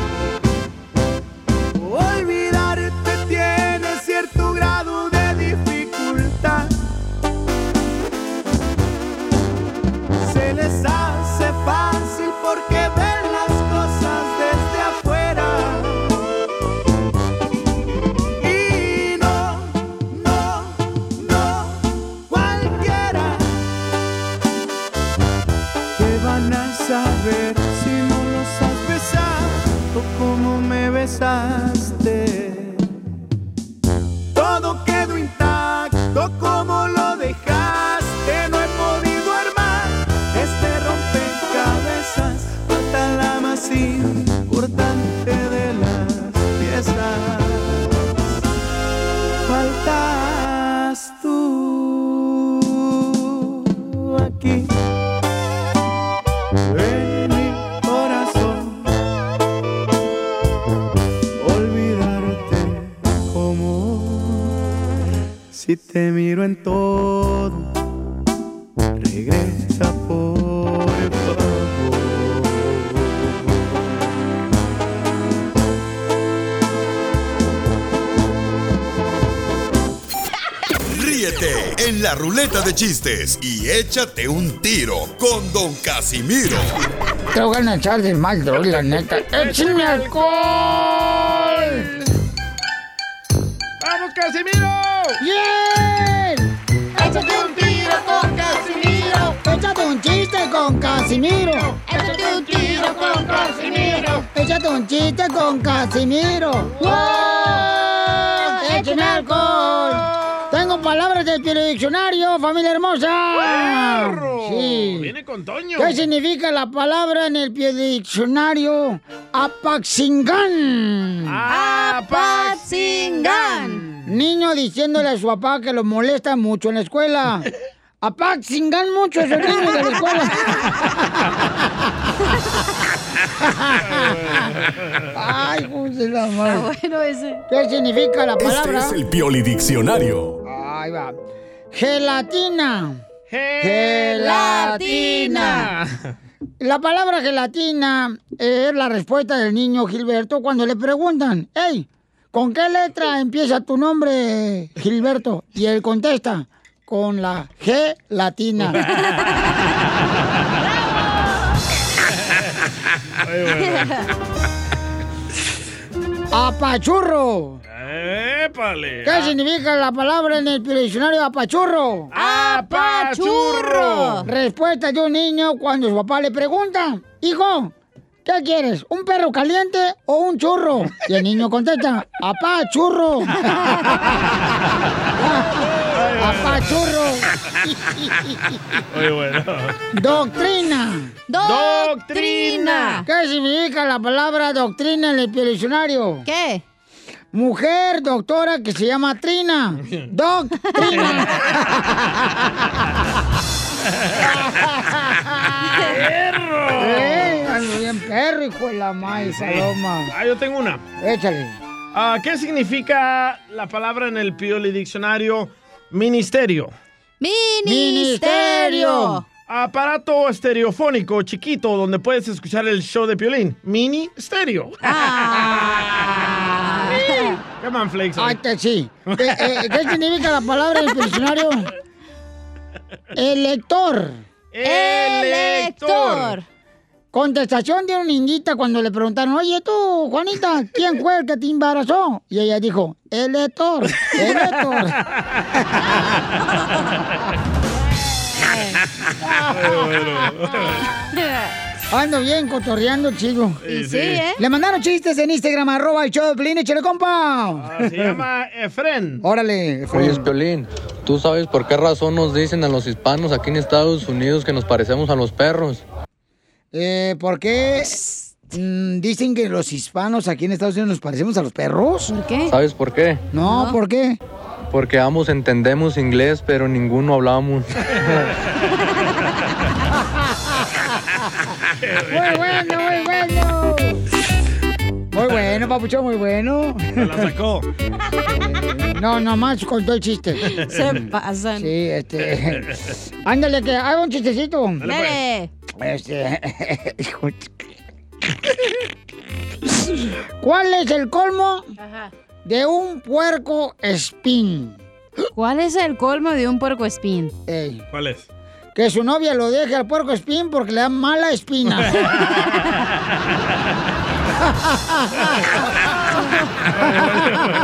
Olvidarte tiene cierto grado de dificultad. Se les hace fácil porque ven las cosas desde afuera. Y no, no, no, cualquiera. ¿Qué van a saber si no los has besado como me besaste? Todo quedó intacto como lo dejaste. No he podido armar este rompecabezas. Falta la más importante de las piezas. Faltas tú aquí. En mi corazón, olvidarte como si te miro en todo. Regresa por favor.
Ríete en la ruleta de chistes y échate un tiro con Don Casimiro.
Te voy a echar de mal, doy, la neta. ¡Échame alcohol!
¡Vamos, Casimiro!
¡Bien!
¡Échate un tiro con Casimiro!
Échate un chiste con Casimiro.
¡Échate un tiro con Casimiro!
Échate un chiste con Casimiro. ¡Wow! ¡Échame alcohol! Tengo palabras del Piro diccionario, familia hermosa. Sí.
Viene con Toño.
¿Qué significa la palabra en el pie diccionario? Apaxingán. Apaxingán. Niño diciéndole a su papá que lo molesta mucho en la escuela. Apaxingán mucho es el niño de la escuela. Ay, pues de la madre.
bueno ese.
¿Qué significa la
Este
palabra?
es el Pioli Diccionario.
Ahí va. Gelatina.
Gelatina.
La eh, palabra gelatina es la respuesta del niño Gilberto cuando le preguntan, hey, ¿Con qué letra empieza tu nombre, Gilberto? Y él contesta, con la G latina. ¡Apachurro!
¡Épale!
¿Qué significa la palabra en el diccionario apachurro?
¡Apachurro!
Respuesta de un niño cuando su papá le pregunta, hijo, ¿qué quieres? ¿Un perro caliente o un churro? Y el niño contesta, apachurro. apachurro.
Muy bueno.
Doctrina.
Doctrina.
¿Qué significa la palabra doctrina en el diccionario? ¿Qué? Mujer doctora que se llama Trina. Doctrina.
[LAUGHS]
¡Perro!
Eh, ando bien perro, hijo de la maíz, Saloma.
Ah, yo tengo una.
Échale.
Ah, ¿Qué significa la palabra en el Pioli Diccionario ministerio?
Ministerio.
Aparato estereofónico chiquito donde puedes escuchar el show de Piolín. Ministerio. [LAUGHS] Come on, Flakes.
Ay, que sí. Eh, eh,
[LAUGHS]
¿Qué significa la palabra en el diccionario? Elector.
Elector.
Contestación de una indita cuando le preguntaron, oye tú, Juanita, ¿quién fue el que te embarazó? Y ella dijo,
[LAUGHS]
elector, elector. Ando bien cotorreando, chido.
Sí, sí, ¿eh?
Le mandaron chistes en Instagram, arroba el show de Piolín, échale, compa.
Ah, Se llama Efren.
Órale.
Oye, Piolín, ¿tú sabes por qué razón nos dicen a los hispanos aquí en Estados Unidos que nos parecemos a los perros?
Eh, ¿Por qué mm, dicen que los hispanos aquí en Estados Unidos nos parecemos a los perros? ¿Por qué?
¿Sabes por qué?
No, ¿por qué?
Porque ambos entendemos inglés, pero ninguno hablamos.
Muy bueno, muy bueno. Muy bueno, papucho, muy bueno.
La sacó.
No, nomás contó el chiste.
Se
pasan. Sí, este. [LAUGHS] Ándale, que haga un chistecito.
Dale,
pues.
Este. [LAUGHS] hijo- ¿Cuál es el colmo de un puerco spin?
¿Cuál es el colmo de un puerco espín?
¿Cuál es? [LAUGHS]
Que su novia lo deje al puerco spin porque le da mala espina.
[LAUGHS]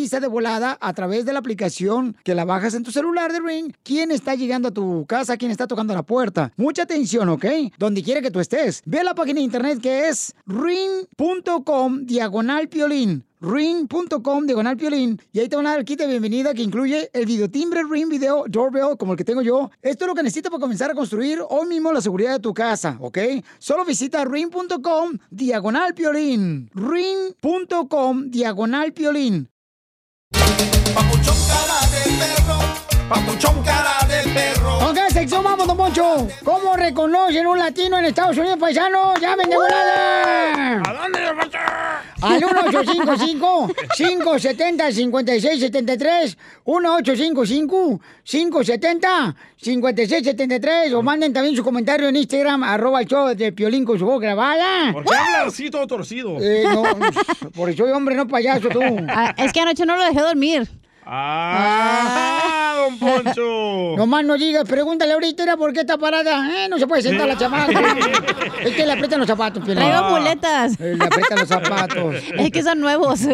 de volada a través de la aplicación que la bajas en tu celular de Ring, quién está llegando a tu casa, quién está tocando la puerta. Mucha atención, ¿ok? Donde quiera que tú estés. Ve a la página de internet que es ring.com diagonal Piolín ring.com diagonal piolín y ahí te van a dar el kit de bienvenida que incluye el videotimbre ring video doorbell como el que tengo yo esto es lo que necesitas para comenzar a construir hoy mismo la seguridad de tu casa ok solo visita ring.com diagonal piolín ring.com diagonal piolín
Papuchón cara de perro.
ok sección vamos don poncho ¿cómo reconocen un latino en Estados Unidos paisano? llamen de volada
¿A dónde lo vas a-
Al 1855-570-5673, 1855-570-5673, o manden también su comentario en Instagram, arroba el show de Piolín con su voz grabada.
¿Por qué habla así todo torcido?
Eh, no, por eso soy hombre, no payaso tú.
Ah, es que anoche no lo dejé dormir.
¡Ah, don Poncho!
[LAUGHS] Nomás no digas, pregúntale ahorita era por qué está parada. Eh, no se puede sentar la chamaca.
[LAUGHS]
es que le aprietan los zapatos, Piolín.
Traigo muletas.
Eh, Le aprietan los zapatos.
[LAUGHS] Es que son nuevos.
[LAUGHS]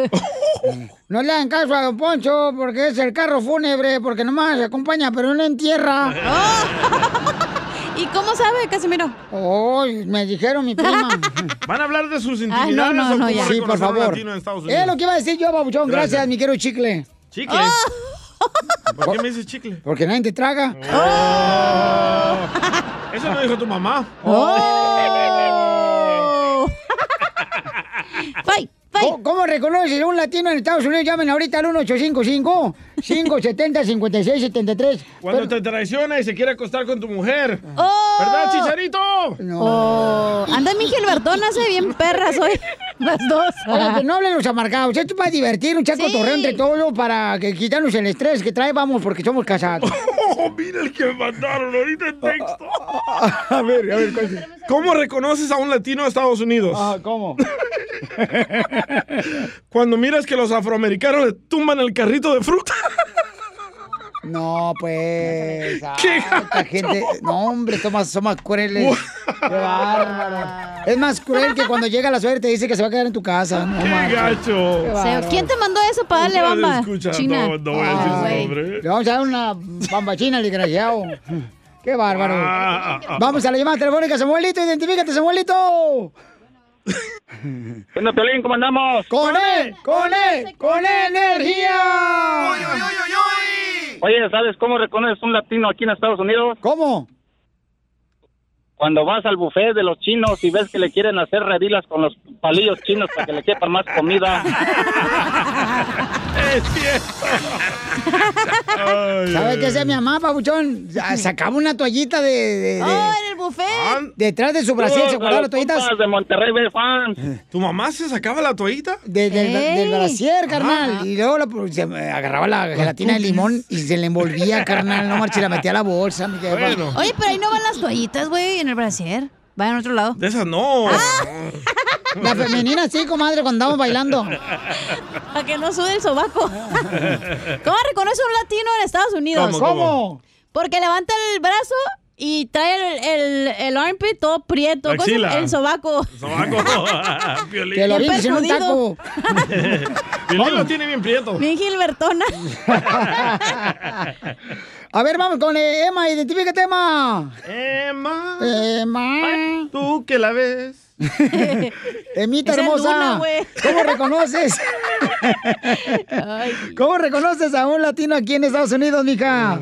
No le hagan caso a Don Poncho porque es el carro fúnebre, porque nomás acompaña, pero no entierra.
Oh. [LAUGHS]
¿Y cómo sabe, Casimiro? Oh, me dijeron
[LAUGHS]
mi prima.
¿Van a hablar de sus intimidades o cómo
Sí,
reconocer
por
a un
favor.
latino en Estados Unidos?
Es lo que iba a decir yo, babuchón. Gracias,
Gracias.
mi querido chicle.
Chicle.
Ah.
¿Por qué me dices chicle?
Porque nadie te traga. [LAUGHS]
Eso no dijo tu mamá.
[LAUGHS]
Oh. ¿Cómo, cómo reconoces a un latino en Estados Unidos? Llamen ahorita al 1855-570-5673.
Cuando te traiciona y se quiere acostar con tu mujer.
Ah.
¿Verdad, Chicharito?
Oh, anda mi Gilbertón, hace bien perras hoy. [LAUGHS] Las dos.
Oigan, pues no hablen los amargados. Esto es para divertir, un chaco torreo entre todos para que quitarnos el estrés que trae, vamos, porque somos casados.
[LAUGHS] ¡Oh, mira el que me mandaron ahorita en texto!
Ah, a ver, a ver.
¿Cómo reconoces a un latino de Estados Unidos?
Ah, ¿cómo?
[LAUGHS] Cuando miras que los afroamericanos le tumban el carrito de fruta.
[LAUGHS] No, pues.
¡Qué
ah, esta gente. No, hombre, son más, son más crueles. Qué bárbaro. Es más cruel que cuando llega la suerte dice que se va a quedar en tu casa. No
¡Qué
manches.
gacho!
Qué
O sea,
bárbaro.
¿Quién te mandó eso para darle
Ustedes
bamba?
escuchan,
China.
no,
No voy a decir
Ah,
su
güey.
nombre.
Le vamos a dar una bamba china, al desgraciado. Qué bárbaro.
Ah, ah, ah.
Vamos a la llamada telefónica, Samuelito. Identifícate, Samuelito.
Bueno, Piolín, ¿cómo andamos?
¡Con él! ¡Con él! ¡Con E, energía!
Oye, ¿sabes cómo reconoces un latino aquí en Estados Unidos?
¿Cómo?
Cuando vas al buffet de los chinos y ves que le quieren hacer redilas con los palillos chinos para que le quepa más comida.
es cierto.
¿Sabes qué hacía mi mamá, pabuchón? Sacaba una toallita de, de- de-
Oh, en el
[LAUGHS]
buffet.
detrás de su brasil, se guardaba las toallitas.
de Monterrey, ve fan.
¿Tu mamá se sacaba la toallita?
de- del, del
Ey.
brasier, carnal.
Ajá.
Y luego la- se me agarraba la gelatina de limón y se le envolvía, carnal. No marche, la metía a la bolsa. mi jefa.
Oye, pero ahí no van las toallitas, güey, en el brasier. Va en otro lado.
De esas no.
Ah. La femenina sí, comadre, cuando
[LAUGHS]
andamos bailando.
Para que no sude el sobaco. ¿Cómo reconoce un latino en Estados Unidos?
¿Cómo, cómo? ¿Cómo?
Porque levanta el brazo y trae el, el, el armpit todo prieto.
La
¿Cómo se llama?
axila.
El sobaco.
Sobaco. Piolín.
Que lo [LAUGHS] Bien avientes en un percudido.
[LAUGHS] Piolín lo tiene bien prieto.
Mi Gilbertona.
[LAUGHS]
A ver, vamos con eh, Emma. Identifícate, Emma.
Emma.
Emma.
Tú que la ves.
[LAUGHS] Emita
Esa es
hermosa.
Luna, güey.
¿Cómo reconoces? ¿Cómo reconoces a un latino aquí en Estados Unidos, mija?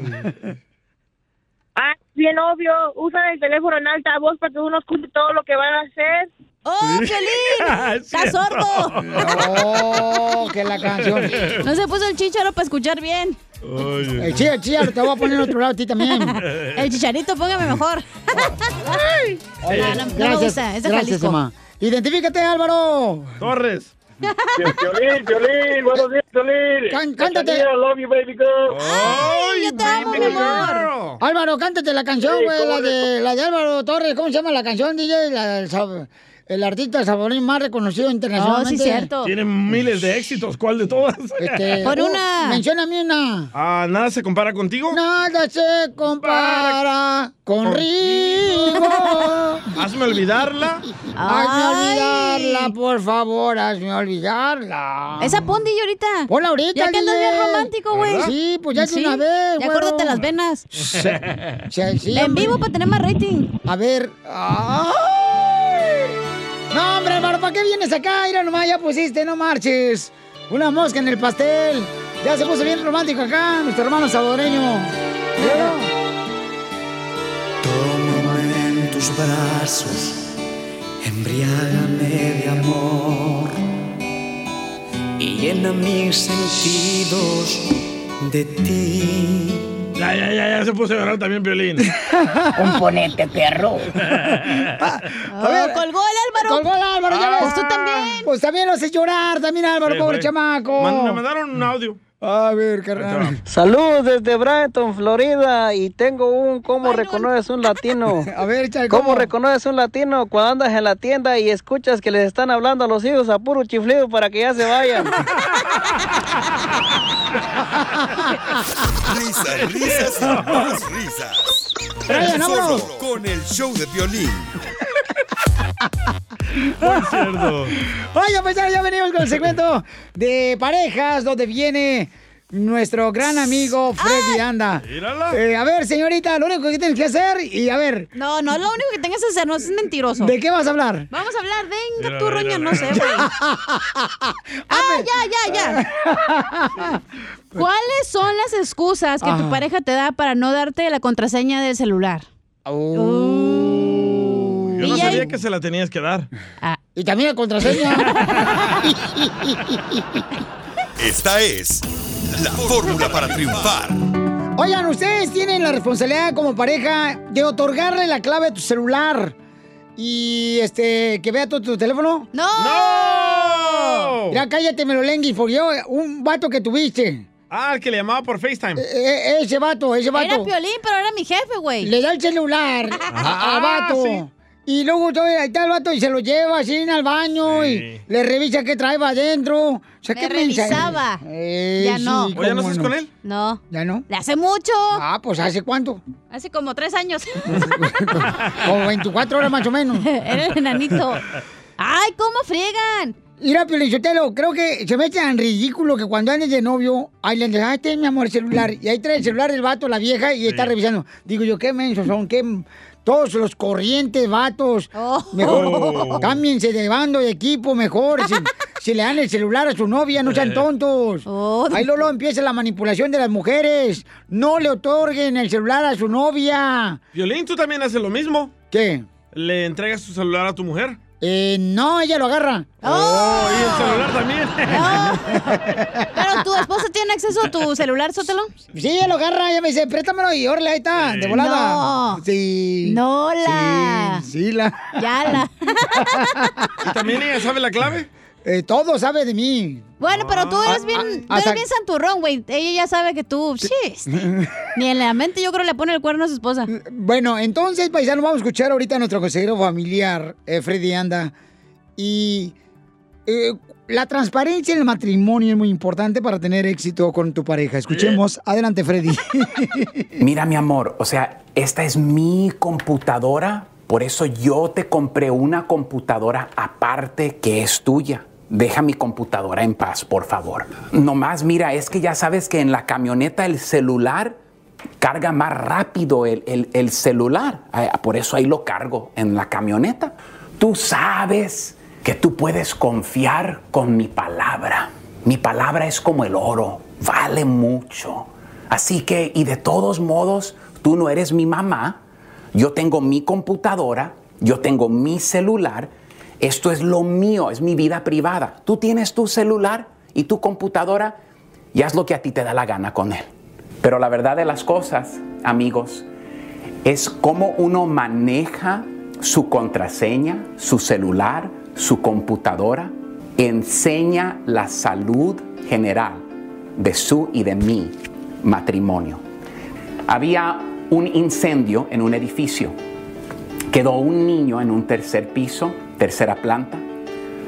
Ah, bien obvio, usan el teléfono en alta voz para que uno escuche todo lo que van a hacer.
¡Oh, Piolín!
¡Está
¡Estás sordo!
¡Oh, que la canción!
[LAUGHS] No se puso el chicharo para escuchar bien.
El chía, el chía, te voy Eh, a poner en otro lado a ti también.
El chicharito, póngame
[LAUGHS]
mejor.
Oye,
No, no, no me gusta, es de
gracias,
Jalisco.
Emma. Identifícate, Álvaro.
Torres.
Piolín, Piolín, buenos días, Piolín.
Can- cántate.
I love you, baby girl.
¡Ay,
yo te amo, mi amor!
Álvaro, cántate la canción,
Sí,
güey,
¿cómo
la de, la de Álvaro Torres. ¿Cómo se llama la canción, DJ? La- el, sab- el artista saborín más reconocido internacionalmente.
Oh,
Tiene miles de éxitos. ¿Cuál de todas? [LAUGHS]
Este, uh, Mencióname una.
Ah, nada se compara contigo.
Nada se compara con
[LAUGHS]
Rigo.
Hazme olvidarla.
Hazme olvidarla, por favor, hazme olvidarla.
Esa pondi ahorita.
Hola, ahorita.
Ya que andas
DJ.
bien romántico, güey.
Sí, pues ya de
Sí,
una vez,
Ya
güey.
acuérdate las
[LAUGHS]
venas. en vivo para tener más rating.
A ver.
Ah.
¡Ay! No, hombre, hermano, ¿para qué vienes acá? Mira nomás, ya pusiste, no marches. Una mosca en el pastel. Ya se puso bien romántico acá, nuestro hermano salvadoreño. Míralo.
Tómame en tus brazos, embriágame de amor y llena mis sentidos de ti.
Ya, ya, ya, ya se puso a llorar también, Piolín.
Componente, perro.
A ver, Ah, colgó el Álvaro. Colgó el Álvaro, ya
Ah.
ves. tú también. Pues también lo haces llorar, también Álvaro,
Sí,
pobre
fue.
chamaco.
Man- me mandaron
[LAUGHS]
un audio.
A ver, carnal.
Saludos desde Brighton, Florida, y tengo un ¿Cómo reconoces un latino?
[LAUGHS] A ver,
¿Cómo reconoces un latino cuando andas en la tienda y escuchas que les están hablando a los hijos a puro chiflido para que ya se
[LAUGHS]
vayan?
Risas, risas y más risas. Brian,
vámonos.
Solo con el show de violín.
Oye, pues ya ya venimos con el segmento de parejas, donde viene nuestro gran amigo Freddy Anda. Eh, a ver, señorita, lo único que tienes que hacer y a ver.
No, no, lo único que tengas que hacer, no es mentiroso.
¿De qué vas a hablar? [LAUGHS]
Vamos a hablar de
Mira,
Inga tu
mira,
roña,
mira.
no sé,
[LAUGHS]
güey. ah, ya, ya, ya.
[LAUGHS]
¿Cuáles son las excusas que
Ajá.
tu pareja te da para no darte la contraseña del celular?
Yo no sabía que se la tenías que dar.
Y también la contraseña.
Esta es la fórmula para triunfar.
Oigan, ustedes tienen la responsabilidad como pareja de otorgarle la clave de tu celular. Y este, que vea tu, tu teléfono. ¡No! ¡No! Mira, cállate, me lo lengui, porque yo, un vato que tuviste.
[LAUGHS] Ah, el que le llamaba por FaceTime.
E- e- ese vato, ese vato.
Era Piolín, pero era mi jefe, güey.
Le da
[LAUGHS]
el celular a- a vato. Y luego todavía ahí está el vato y se lo lleva así al baño y le revisa qué trae va adentro. O sea,
Me
qué mensaje.
revisaba.
Eh,
Ya
sí,
no.
cómo
No.
¿Ya no?
¿Le hace mucho?
Ah, pues ¿hace cuánto?
Hace como tres
[LAUGHS]
años. [LAUGHS]
Como 24 horas más o [LAUGHS] menos.
Era el enanito.
Ay, ¿cómo friegan? Mira, Piolichotelo, creo que se me hace tan ridículo que cuando andes de novio, ahí le dices, ah, este es mi amor, el celular. Y ahí trae el celular del vato, la vieja, y está revisando. Digo yo, qué mensos son, qué... m- Todos los corrientes, vatos. Mejor [LAUGHS]
Oh.
cámbiense de bando, de equipo, [LAUGHS] mejor. Si, si le dan el celular a su novia, no sean tontos. Ahí Lolo empieza la manipulación de las mujeres. No le otorguen el celular a su novia.
Violín, tú también haces lo mismo.
¿Qué?
¿Le entregas tu celular a tu mujer?
Eh, no, ella lo agarra.
Oh, y el
[LAUGHS]
celular también.
Pero tu esposa tiene acceso a tu celular, Sótelo.
Sí, ella lo agarra, ella me dice, préstamelo y órale, ahí está, de volada.
No.
Sí.
No la.
Sí, la.
Ya la.
[LAUGHS] ¿Y también ella sabe la clave?
Eh, todo sabe de mí. [LAUGHS]
Bueno, pero tú eres
Ah,
bien,
ah,
tú
hasta-
eres bien santurrón, güey. Ella ya sabe que tú. Sí.
Ni en la mente yo creo le pone el cuerno a su esposa. Bueno, entonces, paisano, vamos a escuchar ahorita a nuestro consejero familiar, eh, Freddy Anda. Y eh, la transparencia en el matrimonio es muy importante para tener éxito con tu pareja. Escuchemos. Adelante, Freddy.
[LAUGHS]
Mira, mi amor, o sea, esta es mi computadora, por eso yo te compré una computadora aparte que es tuya. Deja mi computadora en paz, por favor. Nomás, mira, es que ya sabes que en la camioneta el celular carga más rápido el, el- el celular. Ah, Por eso ahí lo cargo en la camioneta. Tú sabes que tú puedes confiar con mi palabra. Mi palabra es como el oro, vale mucho. Así que, y de todos modos, tú no eres mi mamá, yo tengo mi computadora, yo tengo mi celular, esto es lo mío, es mi vida privada. Tú tienes tu celular y tu computadora y haz lo que a ti te da la gana con él. Pero la verdad de las cosas, amigos, es cómo uno maneja su contraseña, su celular, su computadora, enseña la salud general de su y de mi matrimonio. Había un incendio en un edificio. Quedó un niño en un tercer piso, tercera planta.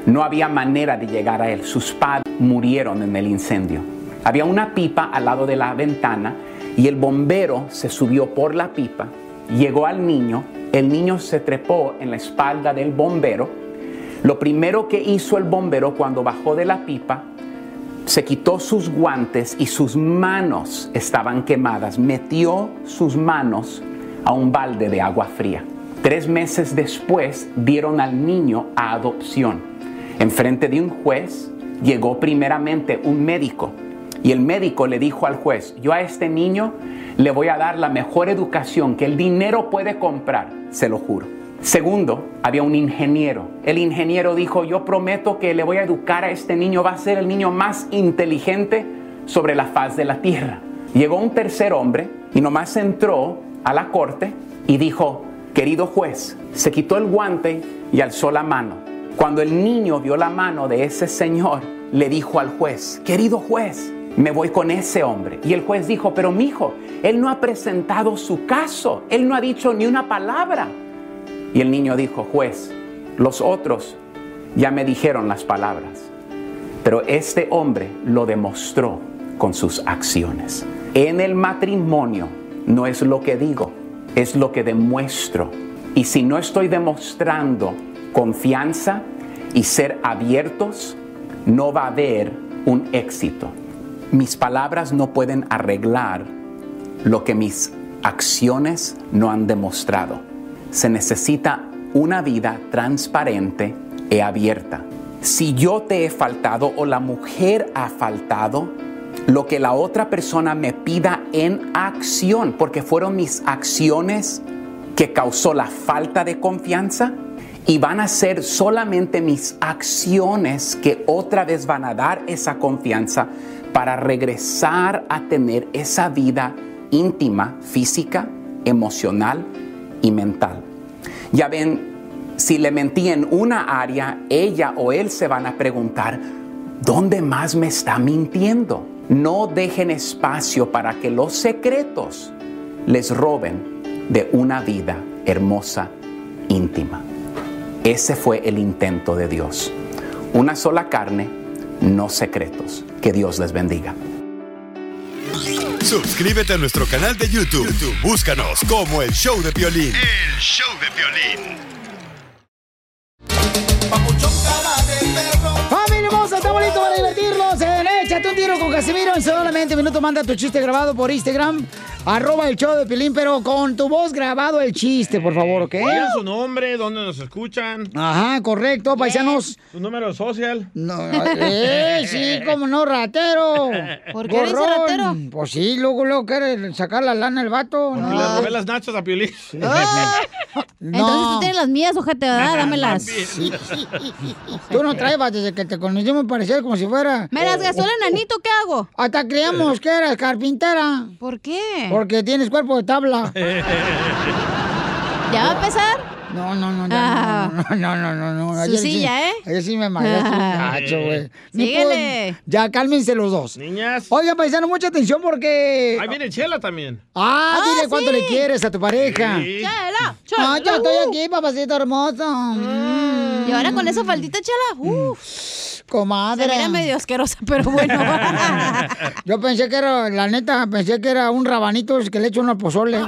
No había manera de llegar a él. Sus padres murieron en el incendio. Había una pipa al lado de la ventana y el bombero se subió por la pipa, llegó al niño, el niño se trepó en la espalda del bombero. Lo primero que hizo el bombero cuando bajó de la pipa, se quitó sus guantes y sus manos estaban quemadas. Metió sus manos a un balde de agua fría. Tres meses después dieron al niño a adopción. Enfrente de un juez llegó primeramente un médico y el médico le dijo al juez, yo a este niño le voy a dar la mejor educación que el dinero puede comprar, se lo juro. Segundo, había un ingeniero. El ingeniero dijo, yo prometo que le voy a educar a este niño, va a ser el niño más inteligente sobre la faz de la tierra. Llegó un tercer hombre y nomás entró a la corte y dijo, querido juez, se quitó el guante y alzó la mano. Cuando el niño vio la mano de ese señor, le dijo al juez, querido juez, me voy con ese hombre. Y el juez dijo, pero mijo, él no ha presentado [LAUGHS] su caso, él no ha dicho ni una palabra. Y el niño dijo, juez, los otros ya me dijeron las palabras, pero este hombre lo demostró con sus acciones. En el matrimonio no es lo que digo, es lo que demuestro. Y si no estoy demostrando confianza y ser abiertos, no va a haber un éxito. Mis palabras no pueden arreglar lo que mis acciones no han demostrado. Se necesita una vida transparente y abierta. Si yo te he faltado o la mujer ha faltado, lo que la otra persona me pida en acción, porque fueron mis acciones que causó la falta de confianza y van a ser solamente mis acciones que otra vez van a dar esa confianza para regresar a tener esa vida íntima, física, emocional y mental. Ya ven, si le mentí en una área, ella o él se van a preguntar, ¿dónde más me está mintiendo? No dejen espacio para que los secretos les roben de una vida hermosa, íntima. Ese fue el intento de Dios. Una sola carne, no secretos. Que Dios les bendiga.
Suscríbete a nuestro canal de YouTube. YouTube, Búscanos como el show de violín.
El show de violín.
¡Familia hermosa! ¡Estamos listos para divertirnos! En Échate un tiro con Casimiro en solamente un minuto. Manda tu chiste grabado por Instagram. Arroba el show de Pilín, pero con tu voz grabado el chiste, por favor, ¿ok?
Digan su nombre, dónde nos escuchan.
Ajá, correcto, paisanos.
Su número social.
No,
[LAUGHS]
eh, sí, como no, ratero.
¿Por qué le dice ratero?
Pues sí, luego, luego quiere sacar la lana el vato.
Y
No. [LAUGHS]
Le robé las nachas a Piolín.
Entonces tú tienes las mías, ojete, ¿verdad? Dámelas.
[LAUGHS]
Sí, sí. Tú no traebas desde que te conocí, me parecía como si fuera. eh,
Me las gastó el enanito, ¿qué hago?
Hasta creíamos que eras carpintera.
¿Por qué?
Porque tienes cuerpo de tabla.
Eh,
¿Ya va a empezar? Ah.
No, no, no, ya, no, no, no, no, no, no.
Su silla, ¿eh?
Ayer sí me mareaste un
Ah.
gacho, güey. Ni
Síguele.
puedo- Ya, cálmense los dos.
Niñas.
Oiga, paisano, mucha atención porque...
Ahí viene Chela también.
Ah, dile cuánto le quieres a tu pareja.
Sí.
Chela, chela. Mm.
Ah, ya estoy aquí, papacito hermoso. Mm.
Y ahora con esa faldita, chela, uff.
Comadre.
Se mira medio asquerosa, pero bueno.
Yo pensé que era, la neta, pensé que era un rabanito que le echo unos pozole.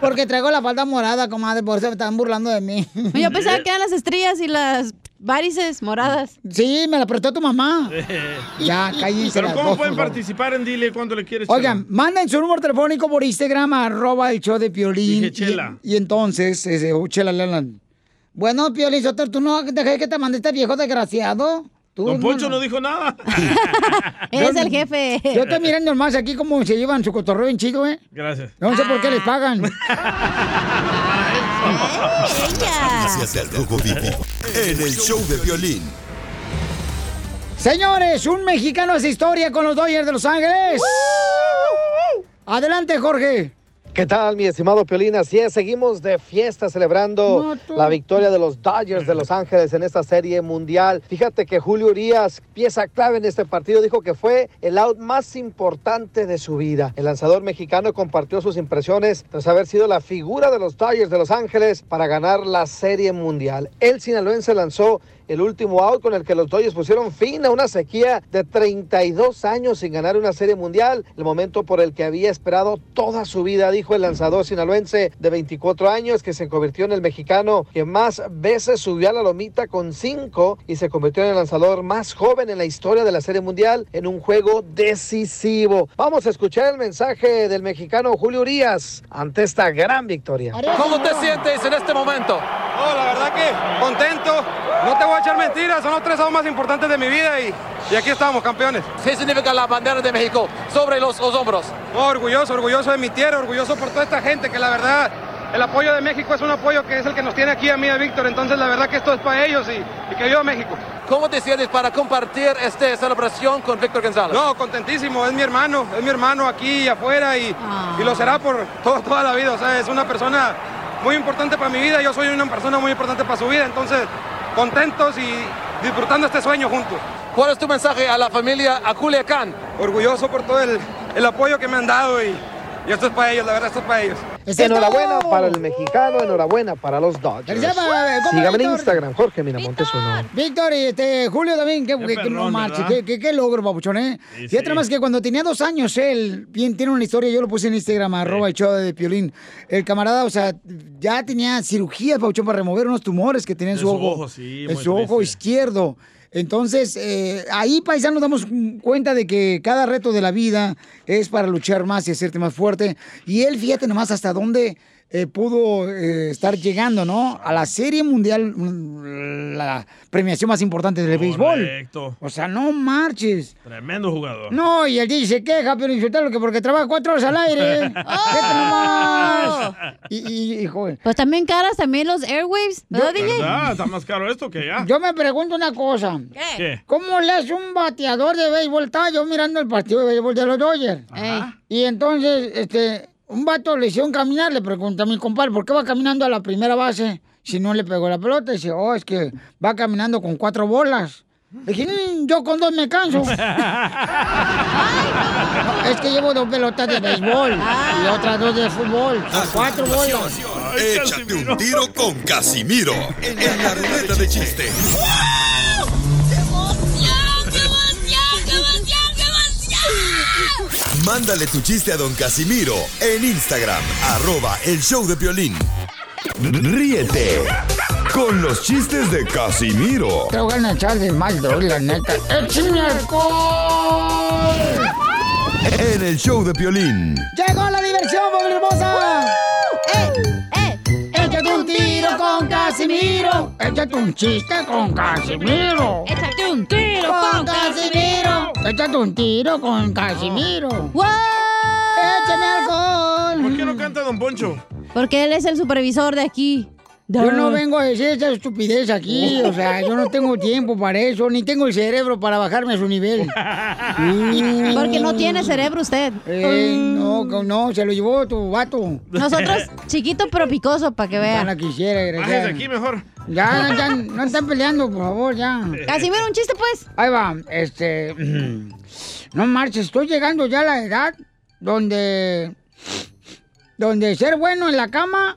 Porque traigo la falda morada, comadre, por eso me están burlando de mí.
Yo
[LAUGHS]
pensaba que eran las estrellas y las varices moradas.
Sí, me la prestó tu mamá. Ya, cállense
Pero
las
¿cómo
dos,
pueden
por favor.
participar en Dile cuánto le quieres?
Oigan, manden su número telefónico por Instagram, arroba el show de Piolín.
Dije, Chela.
Y, y entonces, ese, oh, Chela Lelan. Bueno, Piolín Sotero, ¿tú no dejé que te mande este viejo desgraciado? Tú,
Don
[LAUGHS]
Poncho no dijo nada.
Eres el jefe.
Yo estoy mirando más aquí como se llevan su cotorreo bien chido, ¿eh?
Gracias.
No sé por qué
Ah. [LAUGHS]
les pagan.
Gracias al Rojo Vivo. En el show de violín.
Señores, un mexicano hace historia con los Dodgers de Los Ángeles. Adelante, Jorge.
¿Qué tal, mi estimado Piolín? Así es, seguimos de fiesta celebrando la victoria de los Dodgers de Los Ángeles en esta serie mundial. Fíjate que Julio Urias, pieza clave en este partido, dijo que fue el out más importante de su vida. El lanzador mexicano compartió sus impresiones tras haber sido la figura de los Dodgers de Los Ángeles para ganar la serie mundial. El sinaloense lanzó el último out con el que los Dodgers pusieron fin a una sequía de 32 años sin ganar una serie mundial, el momento por el que había esperado toda su vida, dijo el lanzador sinaloense de 24 años que se convirtió en el mexicano que más veces subió a la lomita con 5 y se convirtió en el lanzador más joven en la historia de la serie mundial en un juego decisivo. Vamos a escuchar el mensaje del mexicano Julio Urias ante esta gran victoria.
¿Cómo te sientes en este momento? Oh, la verdad que contento. No te voy a echar mentiras, son los tres años más importantes de mi vida y, y aquí estamos, campeones. ¿Qué significa la bandera de México sobre los, hombros? orgulloso, orgulloso de mi tierra, orgulloso por toda esta gente que la verdad, el apoyo de México es un apoyo que es el que nos tiene aquí a mí y a Víctor. Entonces la verdad que esto es para ellos y, y que viva México. ¿Cómo te sientes para compartir esta celebración con Víctor González? No, contentísimo, es mi hermano, es mi hermano aquí y afuera y, y lo será por to- toda la vida. O sea, es una persona muy importante para mi vida, yo soy una persona muy importante para su vida, entonces contentos y disfrutando este sueño juntos. ¿Cuál es tu mensaje a la familia, a Culiacán? Orgulloso por todo el, el apoyo que me han dado y, y esto es para ellos, la verdad, esto es para ellos.
Enhorabuena para el mexicano, enhorabuena para los Dodgers.
Felicidades, compa,
Sígame en
Víctor.
Instagram, Jorge Miramontes uno.
Víctor y este, Julio también, qué, qué-
perrón,
no marches,
¿verdad?
qué, qué- qué logro, papuchón, ¿eh?
Sí,
y otra
sí.
más que cuando tenía dos años, él bien tiene una historia, yo lo puse en Instagram, arroba el show de Piolín. El camarada, o sea, ya tenía cirugía, papuchón, para remover unos tumores que tenía en
De
su,
su
ojo.
ojo, sí,
en
muy
su ojo izquierdo. Entonces, eh, ahí, paisano, nos damos cuenta de que cada reto de la vida es para luchar más y hacerte más fuerte. Y él, fíjate nomás hasta dónde eh, pudo eh, estar llegando, ¿no? A la Serie Mundial, mm, la premiación más importante del béisbol.
Correcto.
O sea, no marches.
Tremendo jugador.
No, y el DJ se queja, pero insultarlo que porque trabaja cuatro horas al
[LAUGHS]
aire. [LAUGHS] ¡Oh! Ah, Vete nomás. Y, y, y, joder.
Pues también caras, también los airwaves, ¿verdad, DJ?
¿Verdad? Está más caro esto que ya.
Yo me pregunto una cosa.
¿Qué?
¿Cómo le hace un bateador de béisbol? Estaba yo mirando el partido de béisbol de los Dodgers. Y entonces, este, un vato le hicieron caminar, le pregunta a mi compadre, ¿por qué va caminando a la primera base si no le pegó la pelota? Y dice, oh, es que va caminando con cuatro bolas. Le dije, "Mm, yo con dos me canso. es que llevo dos pelotas de béisbol y otras dos de fútbol. Son cuatro bolas.
Échate un tiro con Casimiro en la ruleta de chiste. Mándale tu chiste a don Casimiro en Instagram, arroba el show de violín. Ríete con los chistes de Casimiro
Tengo ganas de echar de mal, doy, la neta. ¡Eh, ¡Échame alcohol!
en el show de violín.
¡Llegó la diversión, familia hermosa!
Eh,
Échate un tiro
[LAUGHS]
con Casimiro. Échate un chiste con Casimiro.
Échate un tiro con Casimiro. Ah.
Échate un tiro con Casimiro. ¡Wow! ¡Échame alcohol!
¿Por qué no canta Don Poncho?
Porque él es el supervisor de aquí.
Yo no vengo a decir esa estupidez aquí, o sea, yo no tengo tiempo para eso, ni tengo el cerebro para bajarme a su nivel.
[LAUGHS] Porque no tiene cerebro usted.
Eh, no, no, se lo llevó tu vato.
Nosotros, chiquito pero picoso, para que
Ya
vean.
la quisiera,
Bájese
desgraciada.
aquí mejor.
Ya, ya, no están peleando, por favor, ya.
Casimiro, un chiste, pues.
Ahí va, este. [CLEARS THROAT] No marches, estoy llegando ya a la edad donde. donde ser bueno en la
[LAUGHS]
cama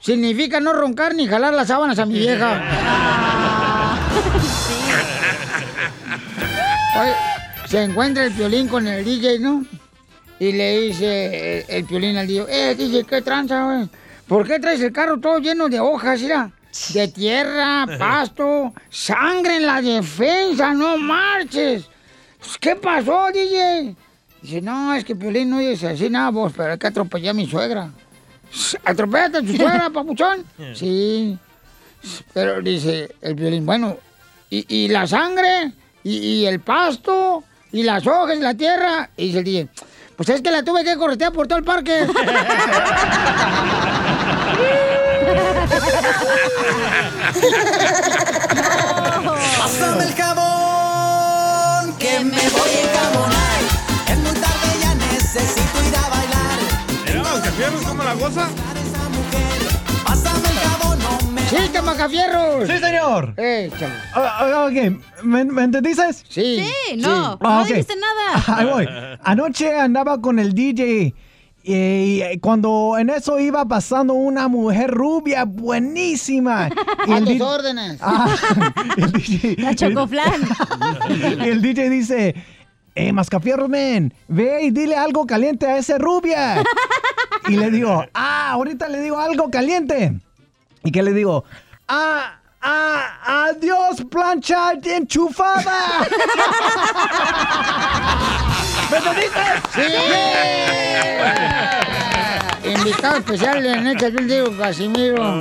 significa no roncar ni jalar las sábanas a mi vieja.
[LAUGHS]
[LAUGHS] Oye, se encuentra el violín con el DJ, ¿no? Y le dice eh, el violín al DJ, eh, DJ, qué tranza, güey. ¿Por qué traes el carro todo lleno de hojas, mira? De tierra, pasto, sangre en la defensa, no marches. Pues, ¿Qué pasó, DJ? Dice, no, es que Piolín no dice así nada vos, pero es que atropellé a mi suegra. ¿Atropellaste a tu suegra, papuchón? Sí. Pero dice el violín, bueno, ¿y, y la sangre? ¿Y, y el pasto? ¿Y las hojas? ¿Y la tierra? Y dice el DJ, pues es que la tuve que corretear por todo el parque.
[LAUGHS]
Pásame el jabón, que me voy a encabonar. Es muy tarde, ya necesito ir a bailar.
Mira, los campeones, ¿cómo la goza?
Pásame el jabón, no me...
¡Chiste, Macafierros!
Sí, señor.
Échale.
Ah, ah, ok, ¿me, me entendiste?
Sí.
Sí, no, no
Ah, ok.
dijiste nada.
[LAUGHS] Ahí voy. Anoche andaba con el DJ y, eh, cuando en eso iba pasando una mujer rubia buenísima. Y
A
el
tus
di-
órdenes.
Ah, [LAUGHS] el DJ,
La chocoflan.
y [LAUGHS] el DJ dice, eh, Mascafierro, men, ve y dile algo caliente a ese rubia. y le digo, ah, ahorita le digo algo caliente. ¿Y qué le digo? Ah, ah, adiós, plancha
[LAUGHS]
enchufada. ¿Me entendiste?
¡Sí! Invitado especial en este video, Casimiro.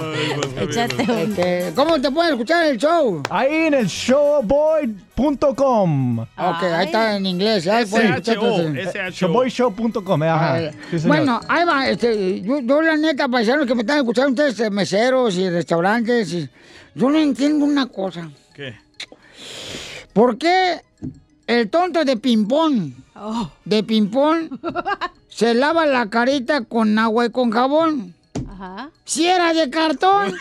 Échate un-
Este, ¿Cómo te pueden escuchar el show?
Ahí en el showboy.com.
Ah, Ok, ahí está en inglés. Ahí pueden escuchar
SHO,
tus-
Showboyshow.com, eh, ajá.
Eh,
Sí, señor.
bueno, ahí va, este, yo, yo la neta, paisanos que me están escuchando ustedes, eh, meseros y restaurantes, y- yo no entiendo una cosa.
¿Qué?
¿Por qué el tonto de ping-pong,
Oh.
de
[LAUGHS]
ping-pong, se lava la carita con agua y con jabón?
Ajá.
Si era de
[LAUGHS]
cartón,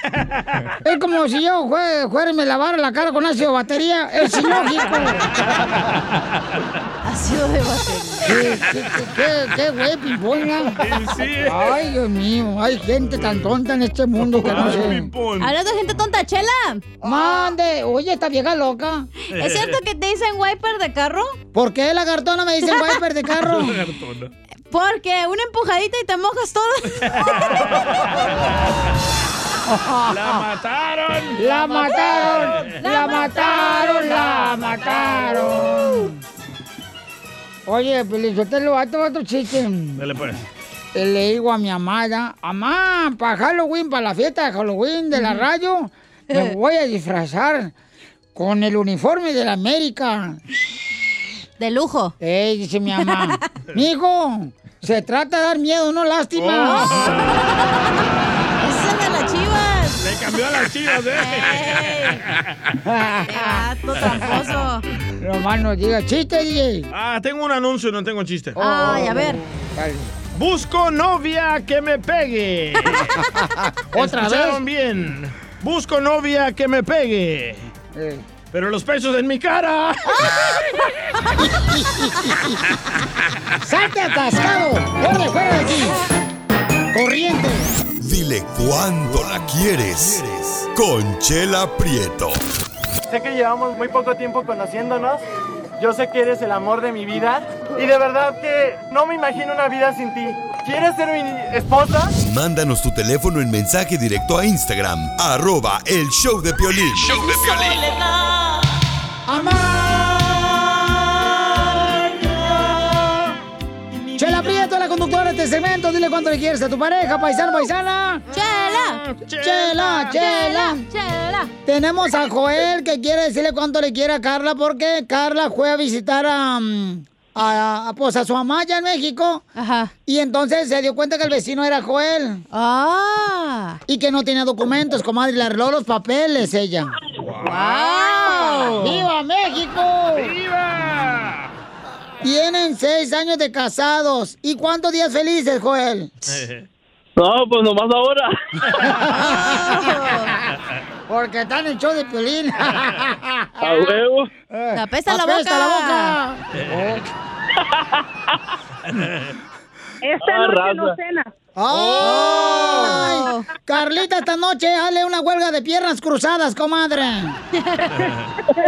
es como si yo jue- fuera y me lavara la cara con ácido de batería, es ilógico.
Ácido de batería.
¿Qué, qué, qué, qué güey, ping-pong, ¿no? Ay, Dios mío, hay gente tan tonta en este mundo que no sé.
Hablando de gente tonta, Chela.
Ah. Mande, oye, esta vieja loca.
¿Es cierto que te dicen wiper de carro?
¿Por qué la cartona me dicen wiper de carro?
[LAUGHS] Porque una empujadita y te mojas [LAUGHS] todo.
¡Mataron!
La mataron, la mataron, la mataron. Oye, Pelizotelo, ahí te va otro chiste.
Dale pues.
Y le digo a mi amada, mamá, para Halloween, para la fiesta de Halloween de la radio, [LAUGHS] me voy a disfrazar con el uniforme de la América. De lujo. Ey, dice mi mamá. Mijo, se trata de dar miedo, no lástima.
Esa de las chivas.
Le cambió a las chivas, ¿eh?
Gato
[LAUGHS]
tramposo.
No más no diga chiste, Oh. DJ.
Ah, tengo un anuncio, no tengo chiste.
Ay, a ver.
Busco novia que me pegue.
[LAUGHS] ¿Otra
Escucharon bien. Busco novia que me pegue. Pero los pesos en mi cara.
[LAUGHS] ¡Salte atascado! ¡Corre, fuera de aquí! ¡Corriente!
Dile cuánto la quieres. Conchela Prieto.
Sé que llevamos muy poco tiempo conociéndonos. Yo sé que eres el amor de mi vida. Y de verdad que no me imagino una vida sin ti. ¿Quieres ser mi esposa?
Mándanos tu teléfono en mensaje directo a Instagram. Arroba el show de Piolín.
Chela Prieto, la conductora de este segmento. Dile cuánto le quieres a tu pareja, paisano, paisana.
Chela.
Chela, chela.
Chela.
Tenemos a Joel que quiere decirle cuánto le quiere a Carla porque Carla fue a visitar a, mm, a, a, pues, a su mamá allá en México. Ajá. Y entonces se dio cuenta que el vecino era Joel. Ah. Y que no tenía documentos, comadre. Le arregló los papeles ella.
¡Wow!
¡Viva México! ¡Viva! Tienen seis años de casados. ¿Y cuántos días felices, Joel?
No, pues nomás ahora.
[LAUGHS] Porque están en el show de Piolín.
A huevo.
Te
apesta la
Apesta
boca.
la boca.
[LAUGHS] Esta Ah, noche no raza.
cena. Oh.
Oh.
¡Ay! Carlita, esta noche hale una huelga de piernas cruzadas, comadre.
[LAUGHS]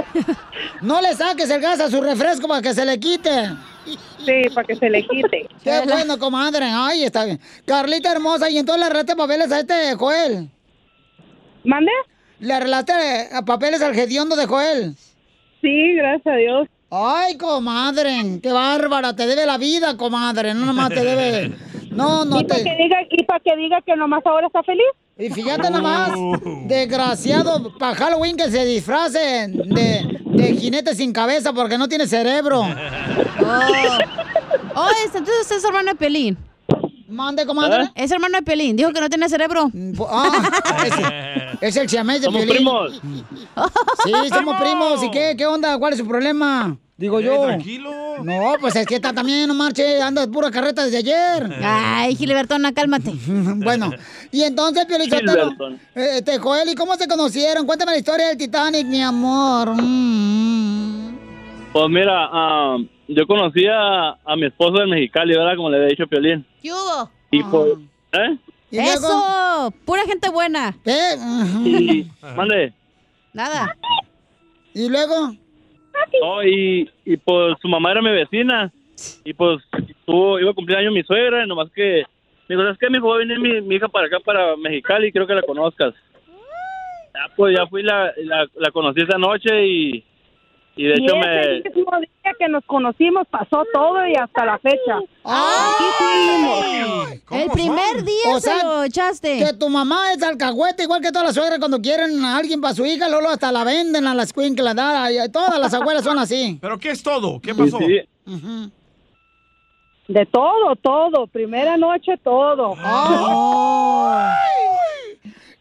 No le saques el gas a su refresco para que se le quite. Sí, para que se le quite. [LAUGHS] Qué bueno, comadre. Ay, está bien. Carlita hermosa, ¿y entonces le arreglaste papeles a este Joel? ¿Mande? ¿Le arreglaste eh, papeles al gediondo de Joel? Sí, gracias a Dios. Ay, comadre, qué bárbara, te debe la vida, comadre, no nomás te debe... No, no
¿Y
te...
para que diga, y para que diga que nomás ahora está feliz?
Y fíjate nomás, desgraciado, para Halloween que se disfracen de, de jinete sin cabeza porque no tiene cerebro.
Oh, es- entonces usted es hermano de Pelín.
Mande, comadre.
Es hermano de Pelín. Dijo que no tiene cerebro.
Ah,
[LAUGHS]
es, es el siamés de
Somos
Piolín.
primos.
Sí, somos primos. ¿Y qué? ¿Qué onda? ¿Cuál es su problema? Digo yo.
tranquilo.
No, pues es que está también, no marche, anda de pura carreta desde ayer.
Ay,
Gilbertona, cálmate. [LAUGHS] bueno, y entonces, Piolín Sotelo,
Gilbertón.
eh, este, Joel, ¿y cómo se conocieron? Cuéntame la historia del Titanic, mi amor. Mm.
Pues mira, ah, yo conocí a, a mi esposo del Mexicali, ¿verdad? Como le había dicho Piolín.
[LAUGHS] ¿Qué hubo?
Y pues, ¿eh?
Eso. Pura gente buena.
Y, mande.
Nada.
¿Y luego?
Oh, y, y pues su mamá era mi vecina. Y pues tuvo, iba a cumplir año mi suegra, y nomás que me dijo, ¿sabes qué? Me va a venir mi, mi hija para acá, para Mexicali, creo que la conozcas. Ya, pues ya fui, la, la, la conocí esa noche y, y de
y
hecho
ese
me...
mismo día que nos conocimos pasó todo y hasta la fecha.
Aquí
fuimos.
El primer día se lo
echaste. Que tu mamá es alcahuete, igual que todas las suegras cuando quieren a alguien para su hija, Lolo hasta la venden a las queen que la da. ay, ay, Todas las abuelas son así.
¿Pero qué es todo? ¿Qué pasó?
De todo, todo. Primera noche, todo.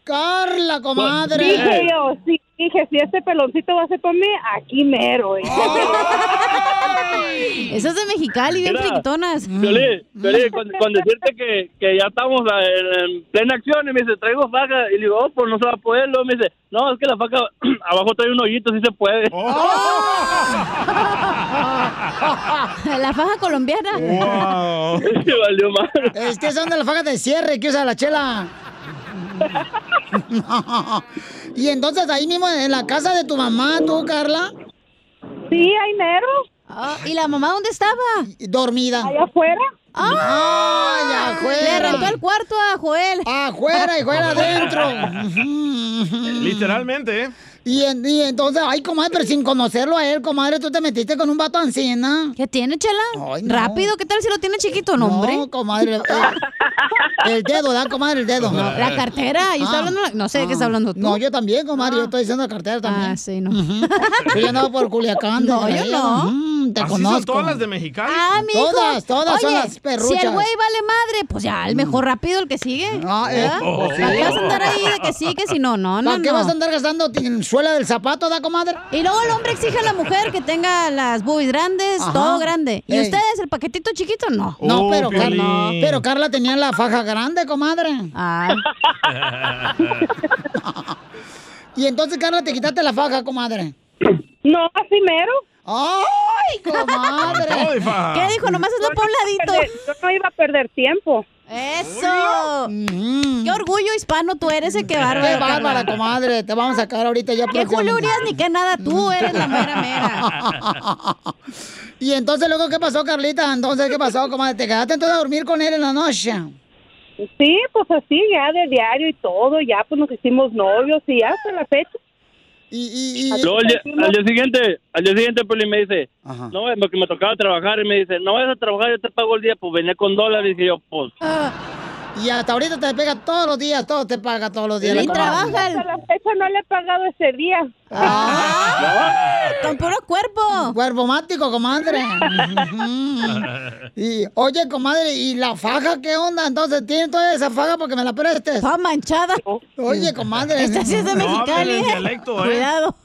Carla, comadre.
Dije yo, sí, dije, si este peloncito va a ser para mí, aquí mero. eh.
Eso es de Mexicali, bien
Mira,
friquitonas.
Violín, Violín, con, con decirte que, que ya estamos a- en, en plena acción y me dice, traigo faca. Y le digo, oh, pues no se va a poder. Luego me dice, no, es que la faca [CLEARS THROAT] abajo trae un hoyito, sí se puede.
[LAUGHS]
Oh.
La faja colombiana.
[LAUGHS] Se valió madre.
Es que son de la faja de cierre que usa la
[LAUGHS]
chela. [LAUGHS] y entonces ahí mismo en la casa de tu mamá, tú, Carla.
Sí, hay mero.
Ah, ¿Y la mamá dónde estaba?
Dormida.
Allá afuera.
¡Ay, afuera!
Le rentó el cuarto a Joel.
Afuera y Joel adentro.
[LAUGHS] Literalmente, ¿eh?
Y, en- y entonces, ay, comadre, pero sin conocerlo a él, comadre, tú te metiste con un vato ancina. ¿Qué tiene, Chela? Rápido, ¿qué tal si lo tiene chiquito, no, hombre? No, comadre. eh, el dedo, da, comadre, el dedo. Ah.
No, la cartera, yo estaba hablando- no sé de qué está hablando tú.
No, yo también, comadre, yo estoy diciendo la cartera también. Ah, sí, no.
[LAUGHS]
Yo andaba por Culiacán.
No,
desde
yo
ahí,
no.
ujú, te
Así
conozco.
son todas las de Mexicali.
Ah, mijo.
Todas, todas son
Oye,
las perruchas. Mm.
Si el güey vale madre, pues ya, el mejor rápido, el que sigue. ¿verdad?
eh, pues sí.
¿Para qué vas a andar ahí de que sí, que si no, no, no.
¿Para qué
no.
vas a andar gastando en suela del zapato, da, comadre?
Y luego el hombre exige a la mujer que tenga las boobies grandes,
Ajá.
todo grande. ¿Y
Ey.
ustedes, el paquetito chiquito? No.
No, pero, Car- pero Carla tenía la faja grande, comadre. Y entonces, Carla, te quitaste la faja, comadre.
No, así mero.
¡Ay, comadre!
Con todo y faja. ¿Qué dijo? Nomás es lo por un ladito. Yo no iba a perder tiempo.
¡Eso! ¡Qué orgullo hispano tú eres, eh, qué bárbaro!
Qué bárbara, comadre. Te vamos a sacar ahorita ya
¡Qué Julio
próximamente.
Urias
Mm.
ni qué nada! [LAUGHS] Tú eres la mera mera.
Y entonces, luego, ¿qué pasó, Carlita? Entonces, ¿qué pasó, comadre? ¿Te quedaste entonces a dormir con él en la noche?
Sí, pues así, ya de diario y todo, ya pues nos hicimos novios y ya hasta la fecha.
Y,
Luego, al, día, al día siguiente, al día siguiente, Piolín me dice, no, porque me tocaba trabajar y me dice, no vas a trabajar, yo te pago el día, pues venía con dólares y yo, pues,
Y hasta ahorita te pega todos los días, todo te paga todos los días.
Y trabaja
Hasta la fecha no le he pagado ese día.
Con puro cuerpo. Ah. Cuerpo mático, comadre. y, oye, comadre, ¿y la faja qué onda? Entonces, ¿tiene toda esa faja porque me la prestes? Está
manchada.
Oye, comadre.
Esta sí es de No, Mexicali,
pero el ¿eh? dialecto, ¿eh?
Cuidado.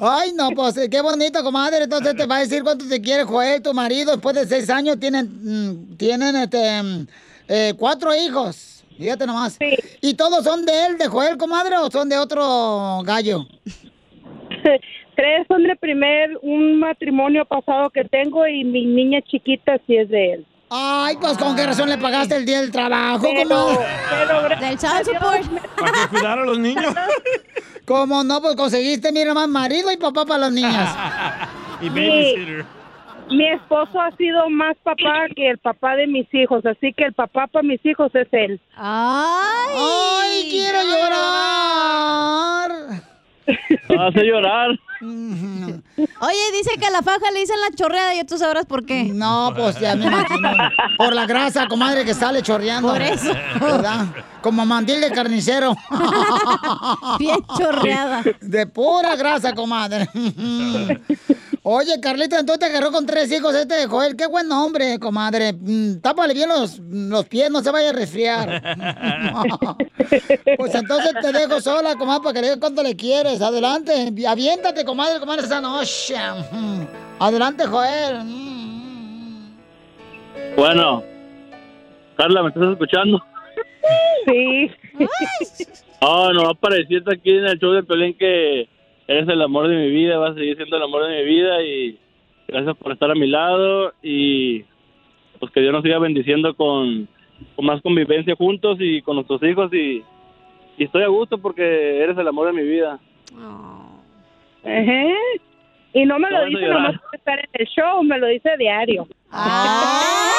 Ay, no, pues eh, qué bonito, comadre. Entonces te va a decir cuánto te quiere Joel, tu marido. Después de seis años tienen, mm, tienen este, mm, eh, cuatro hijos. Fíjate nomás. ¿Y todos son de él, de Joel, comadre, o son de otro gallo?
Tres son de primer, un matrimonio pasado que tengo y mi niña chiquita sí es de él.
Ay, pues con qué razón le pagaste el día del trabajo, comadre.
Del child support.
Para que cuidar a los niños.
¿Cómo no? Pues conseguiste, mira, más marido y papá para las niñas.
y
Sí.
babysitter.
Mi esposo ha sido más papá que el papá de mis hijos, así que el papá para mis hijos es él.
¡Ay!
¡Ay, quiero llorar!
hace llorar. [LAUGHS]
Oye, dice que a la faja le dicen la chorreada, ya tú sabrás por qué.
No, pues ya me imagino. Por la grasa, comadre, que sale chorreando.
Por eso.
¿Verdad? Como mandil de carnicero.
Bien chorreada.
De pura grasa, comadre. Oye, Carlita, entonces te agarró con tres hijos este de Joel. Qué buen hombre, comadre. Mm, Tápale bien los, los pies, no se vaya a resfriar. [LAUGHS] Pues entonces te dejo sola, comadre, para que le digas cuánto le quieres. Adelante, aviéntate, comadre, comadre, esa noche. Mm. Adelante, Joel.
Bueno, Carla, ¿me estás escuchando?
Sí.
Ah, no, para decirte aquí en el show de Pelín que eres el amor de mi vida, vas a seguir siendo el amor de mi vida y gracias por estar a mi lado y pues que Dios nos siga bendiciendo con, con más convivencia juntos y con nuestros hijos y, y estoy a gusto porque eres el amor de mi vida.
Ah.
Ajá. Y no me
No
lo
vas a
dice
llorar.
nomás por estar en el show, me lo dice diario.
Ah.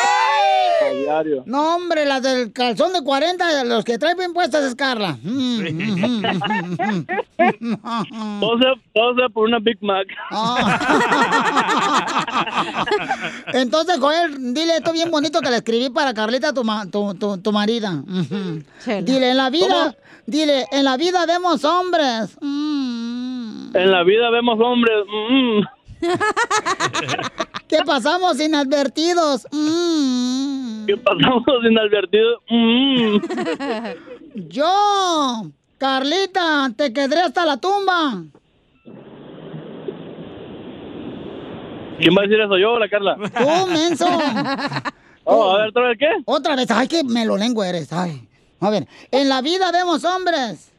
A diario.
No, hombre, las del calzón de 40, los que trae bien puestas es Carla. Mm, mm, mm, mm, mm.
Todo sea, todo sea por una Big Mac.
Entonces, Joel, dile esto bien bonito que le escribí para Carlita, tu, ma- tu, tu, tu marida. Ujú. Dile, en la vida, dile, en la vida vemos hombres.
[LAUGHS] En la vida vemos hombres. mm.
que pasamos inadvertidos.
que pasamos inadvertidos. Mm.
Yo, Carlita, te quedaré hasta la tumba.
¿Quién va a decir eso? ¿Yo o la Carla?
Tú,
[LAUGHS]
menso.
Oh, a ver, ¿otra vez qué?
Otra vez, ay, que me lo lengua eres, ay. A ver, en la vida vemos hombres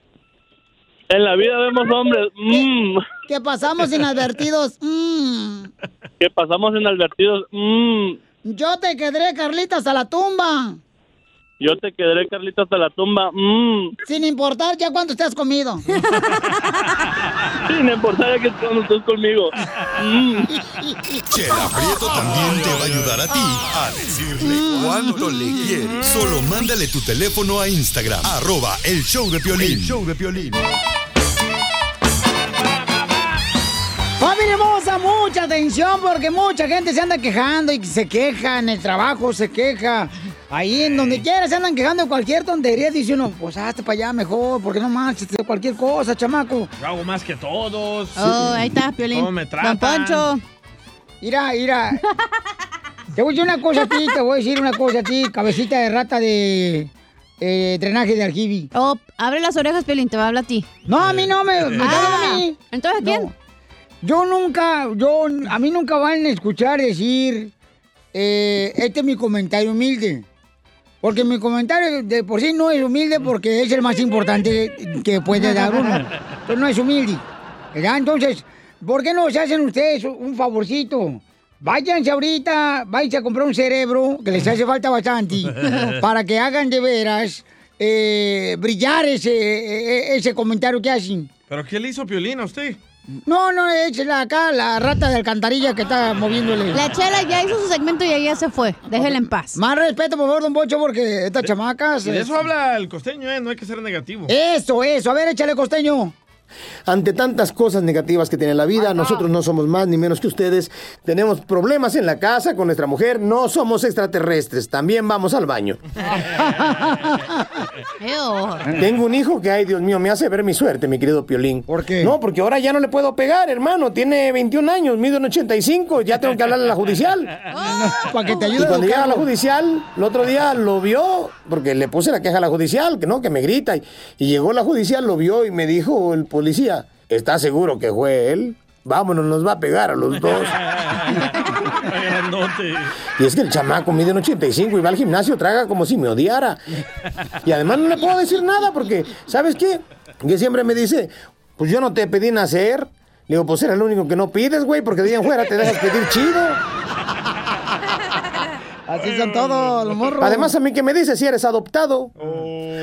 En la vida vemos hombres mm,
que pasamos
[LAUGHS]
inadvertidos. Mm,
que pasamos inadvertidos. Mm.
Yo te quedaré, Carlita, hasta la tumba.
Yo te quedaré, Carlita, hasta la tumba. Mm.
Sin importar ya cuánto te has comido.
Sin importar que cuando estés conmigo. Mm.
Chela Prieto también te va a ayudar a ti a decirle cuánto le quieres. Solo mándale tu teléfono a Instagram, arroba el show de Piolín. show de Piolín.
Familia hermosa, mucha atención porque mucha gente se anda quejando y se queja en el trabajo, se queja. Ahí en donde quiera se andan quejando de cualquier tontería. Dice uno, pues hazte para allá mejor, porque no manches, de cualquier cosa, chamaco.
Yo hago más que todos.
Oh, ahí está, Piolín.
¿Cómo me
Don
tratan?
Poncho.
Mira, mira. Te voy a decir una cosa a ti, te voy a decir una cosa a ti, cabecita de rata de eh, drenaje de aljibi.
Oh, abre las orejas, Piolín, te va a hablar a ti. Ah,
No, a mí no me, me habla a mí.
¿Entonces quién?
Yo nunca, yo, a mí nunca van a escuchar decir, eh, este es mi comentario humilde. Porque mi comentario de por sí no es humilde porque es el más importante que puede dar
[LAUGHS]
uno. Entonces no es humilde. ¿verdad? Entonces, ¿por qué no se hacen ustedes un favorcito? Váyanse ahorita, váyanse a comprar un cerebro, que les hace falta bastante, para que hagan de veras eh, brillar ese, eh, eh, ese comentario que hacen.
¿Pero qué le hizo Piolín a usted?
No, no, es la, acá la rata de alcantarilla que está moviéndole.
La chela ya hizo su segmento y ella se fue. Déjela en paz.
Más respeto, por favor, don Bocho, porque estas chamacas...
Y de eso
es-
habla el costeño, ¿eh? No hay que ser negativo.
Eso, eso. A ver, échale costeño.
Ante tantas cosas negativas que tiene la vida, nosotros no somos más ni menos que ustedes. Tenemos problemas en la casa con nuestra mujer, no somos extraterrestres, también vamos al baño. Tengo un hijo que, ay, Dios mío, me hace ver mi suerte, mi querido Piolín. ¿Por qué? No, porque ahora ya no le puedo pegar, hermano. Tiene 21 años, mide un 85, ya tengo que hablarle a la judicial.
Para que te
Y cuando llega a la judicial, el otro día lo vio, porque le puse la queja a la judicial, que no, que me grita. Y, y llegó la judicial, lo vio y me dijo el policía, ¿está seguro que fue él? Vámonos, nos va a pegar a los dos.
Grandote.
Y es que el chamaco mide un 85 y va al gimnasio, traga como si me odiara. Y además no le puedo decir nada porque, ¿sabes qué? Que siempre me dice, pues yo no te pedí nacer. Le digo, pues era el único que no pides, güey, porque de ahí en fuera te dejas pedir chido.
Así son todos los morros.
Además, a mí que me dice si eres adoptado.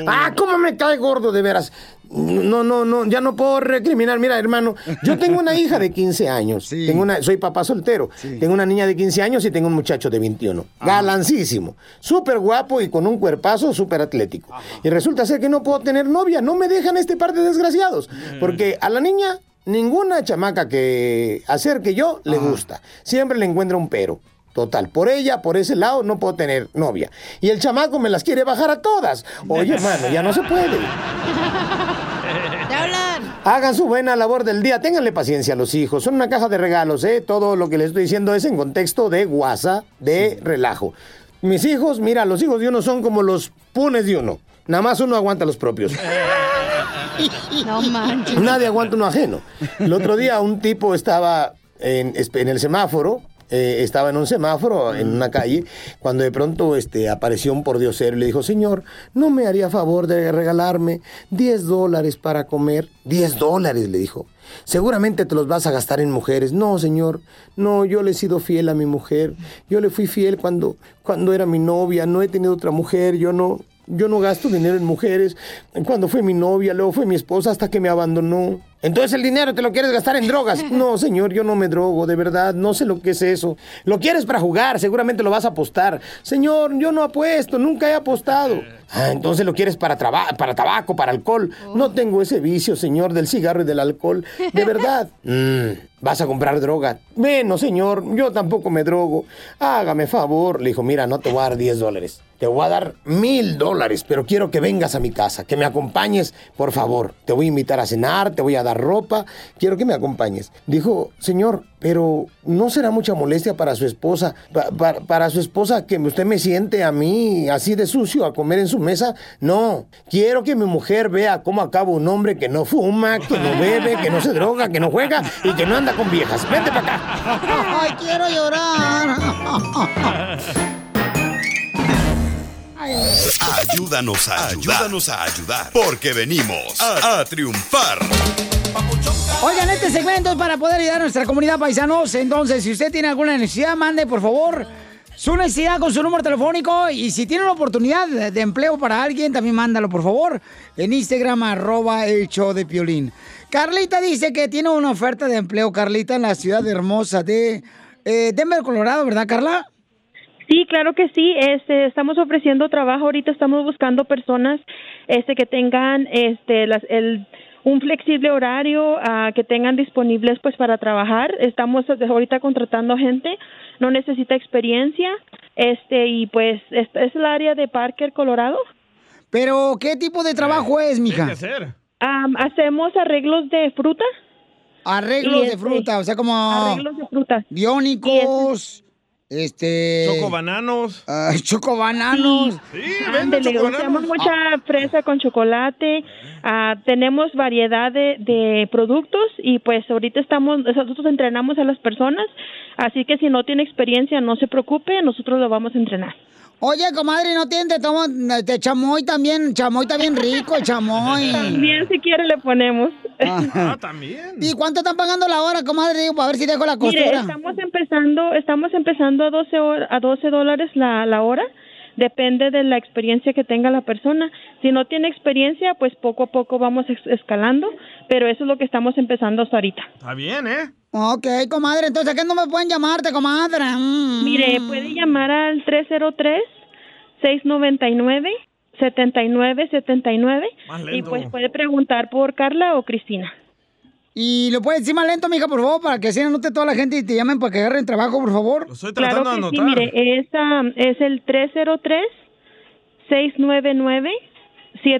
Ah, cómo me cae gordo, de veras. No, no, no, ya no puedo recriminar. Mira, hermano, yo tengo una hija de 15 años. Tengo una, soy papá soltero. Tengo una niña de 15 años y tengo un muchacho de 21. Galancísimo. Súper guapo y con un cuerpazo súper atlético. Y resulta ser que no puedo tener novia. No me dejan este par de desgraciados. Porque a la niña, ninguna chamaca que acerque yo le gusta. Siempre le encuentra un pero. Total, por ella, por ese lado, no puedo tener novia. Y el chamaco me las quiere bajar a todas. Oye, hermano, ya no se puede. Hagan su buena labor del día, ténganle paciencia a los hijos, son una caja de regalos, ¿eh? Todo lo que les estoy diciendo es en contexto de guasa, de relajo. Mis hijos, mira, los hijos de uno son como los punes de uno. Nada más uno aguanta los propios.
[LAUGHS] No manches.
Nadie aguanta uno ajeno. El otro día un tipo estaba en, en el semáforo, eh, estaba en un semáforo en una calle, cuando de pronto este, apareció un pordiosero y le dijo, señor, ¿no me haría favor de regalarme 10 dólares para comer? 10 dólares, le dijo. Seguramente te los vas a gastar en mujeres. No, señor. No, yo le he sido fiel a mi mujer. Yo le fui fiel cuando, cuando era mi novia. No he tenido otra mujer. Yo no, yo no gasto dinero en mujeres. Cuando fue mi novia, luego fue mi esposa hasta que me abandonó. Entonces el dinero te lo quieres gastar en drogas. No, señor, yo no me drogo, de verdad. No sé lo que es eso. Lo quieres para jugar, seguramente lo vas a apostar. Señor, yo no apuesto, nunca he apostado. Ah, entonces lo quieres para, traba- para tabaco, para alcohol. No tengo ese vicio, señor, del cigarro y del alcohol. De verdad. Mm, ¿Vas a comprar droga? Menos, señor. Yo tampoco me drogo. Hágame favor. Le dijo, mira, no te voy a dar 10 dólares. Te voy a dar mil dólares, pero quiero que vengas a mi casa, que me acompañes, por favor. Te voy a invitar a cenar, te voy a dar ropa, quiero que me acompañes. Dijo, señor, pero no será mucha molestia para su esposa, pa- pa- para su esposa que usted me siente a mí así de sucio a comer en su mesa. No, quiero que mi mujer vea cómo acaba un hombre que no fuma, que no bebe, que no se droga, que no juega y que no anda con viejas. Vente para acá.
Ay,
[LAUGHS]
quiero llorar.
Ayúdanos a ayudar. Ayúdanos a ayudar. Porque venimos a, a triunfar.
Oigan, este segmento es para poder ayudar a nuestra comunidad paisanos. Entonces, si usted tiene alguna necesidad, mande por favor su necesidad con su número telefónico. Y si tiene una oportunidad de de empleo para alguien, también mándalo por favor en Instagram, arroba el show de Piolín. Carlita dice que tiene una oferta de empleo, Carlita, en la ciudad hermosa de eh, Denver, Colorado, ¿verdad, Carla?
Sí, claro que sí. Este, estamos ofreciendo trabajo. Ahorita estamos buscando personas este, que tengan este, las- el, un flexible horario ah, que tengan disponibles pues para trabajar. Estamos desde ahorita contratando gente, no necesita experiencia. Este y pues esta es el área de Parker, Colorado.
Pero ¿qué tipo de trabajo
Eh,
es, mija?
hacemos arreglos de fruta.
Arreglos
Y
de
este-
fruta, o sea, como
Arreglos de fruta. este
biónicos, este...
Chocobananos.
chocobananos.
venden
Ándele,
chocolates.
hacemos mucha fresa con chocolate, ah, tenemos variedad de, de productos y pues ahorita estamos, nosotros entrenamos a las personas, así que si no tiene experiencia no se preocupe, nosotros lo vamos a entrenar.
Oye, comadre, ¿no tienen de, tomo, de chamoy también? Chamoy también rico, el chamoy.
[LAUGHS] También, si quiere, le ponemos. [LAUGHS]
Ah,
también.
¿Y cuánto están pagando la hora, comadre? Digo, para ver si dejo la
Mire,
costura.
estamos empezando, estamos empezando a 12, hor- a 12 dólares la, la hora. Depende de la experiencia que tenga la persona. Si no tiene experiencia, pues poco a poco vamos es- escalando, pero eso es lo que estamos empezando hasta ahorita.
Está bien, ¿eh?
Ok, comadre, entonces, ¿a qué no me pueden llamarte, comadre? Mm.
Mire, puede llamar al 303-699-7979
Más
y
lento.
pues puede preguntar por Carla o Cristina.
Y lo puedes decir más lento, mija, por favor, para que así no anote toda la gente y te llamen para que agarren trabajo, por favor.
estoy
Claro que sí, mire, es, am, es el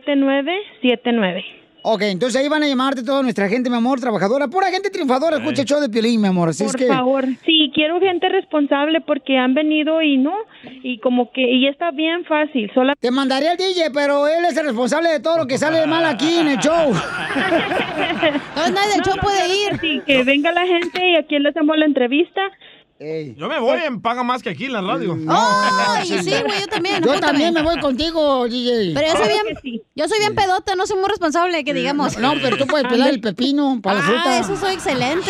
303-699-7979.
Ok, entonces ahí van a llamarte toda nuestra gente, mi amor, trabajadora, pura gente triunfadora, escucha el show de Piolín, mi amor, así
Por
es que...
favor, sí, quiero gente responsable porque han venido y no, y como que, y está bien fácil, sola...
Te mandaría al DJ, pero él es el responsable de todo lo que sale mal aquí en el show.
No, nadie del show puede ir. Sí, que venga la gente y aquí le hacemos la entrevista.
Yo me voy en paga más que aquí en la radio.
y sí, güey, yo también.
Mm, Yo
apúntame.
también me voy contigo, DJ.
Pero yo soy
Claro
bien, yo soy bien pedota, no soy muy responsable, que digamos.
No, pero tú puedes pelar el pepino para la
ah,
fruta.
eso soy excelente.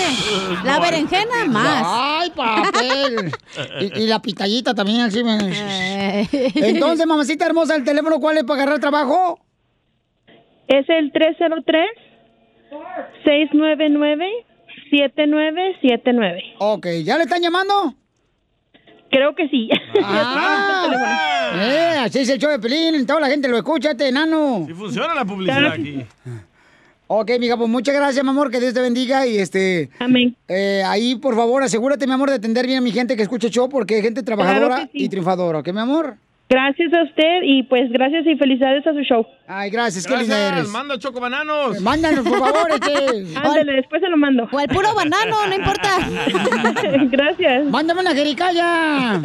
La berenjena, más.
Ay,
[LAUGHS]
papel. y, y la pitallita también, así me...
[LAUGHS]
Entonces, mamacita hermosa, ¿el teléfono cuál es para agarrar trabajo?
Es el 303 699 7979.
Ok, ¿ya le están llamando?
Creo que sí. [LAUGHS]
Ah, eh, así es el show de Pelín, toda la gente lo escucha, este enano.
Y funciona la publicidad aquí.
Ok, mija, pues muchas gracias, mi amor, que Dios te bendiga y este...
Amén.
ahí, por favor, asegúrate, mi amor, de atender bien a mi gente que escucha el show porque es gente trabajadora
Claro que sí.
y triunfadora, ¿ok, mi amor?
Gracias a usted y pues [LAUGHS] gracias y felicidades a su show.
Ay, gracias, qué
Gracias,
linda eres.
manda chocobananos.
Mándanos, por favor,
[LAUGHS]
este.
Ándale, después se lo mando.
O el puro banano, no importa.
Gracias.
Mándame una
[LAUGHS]
jericaya.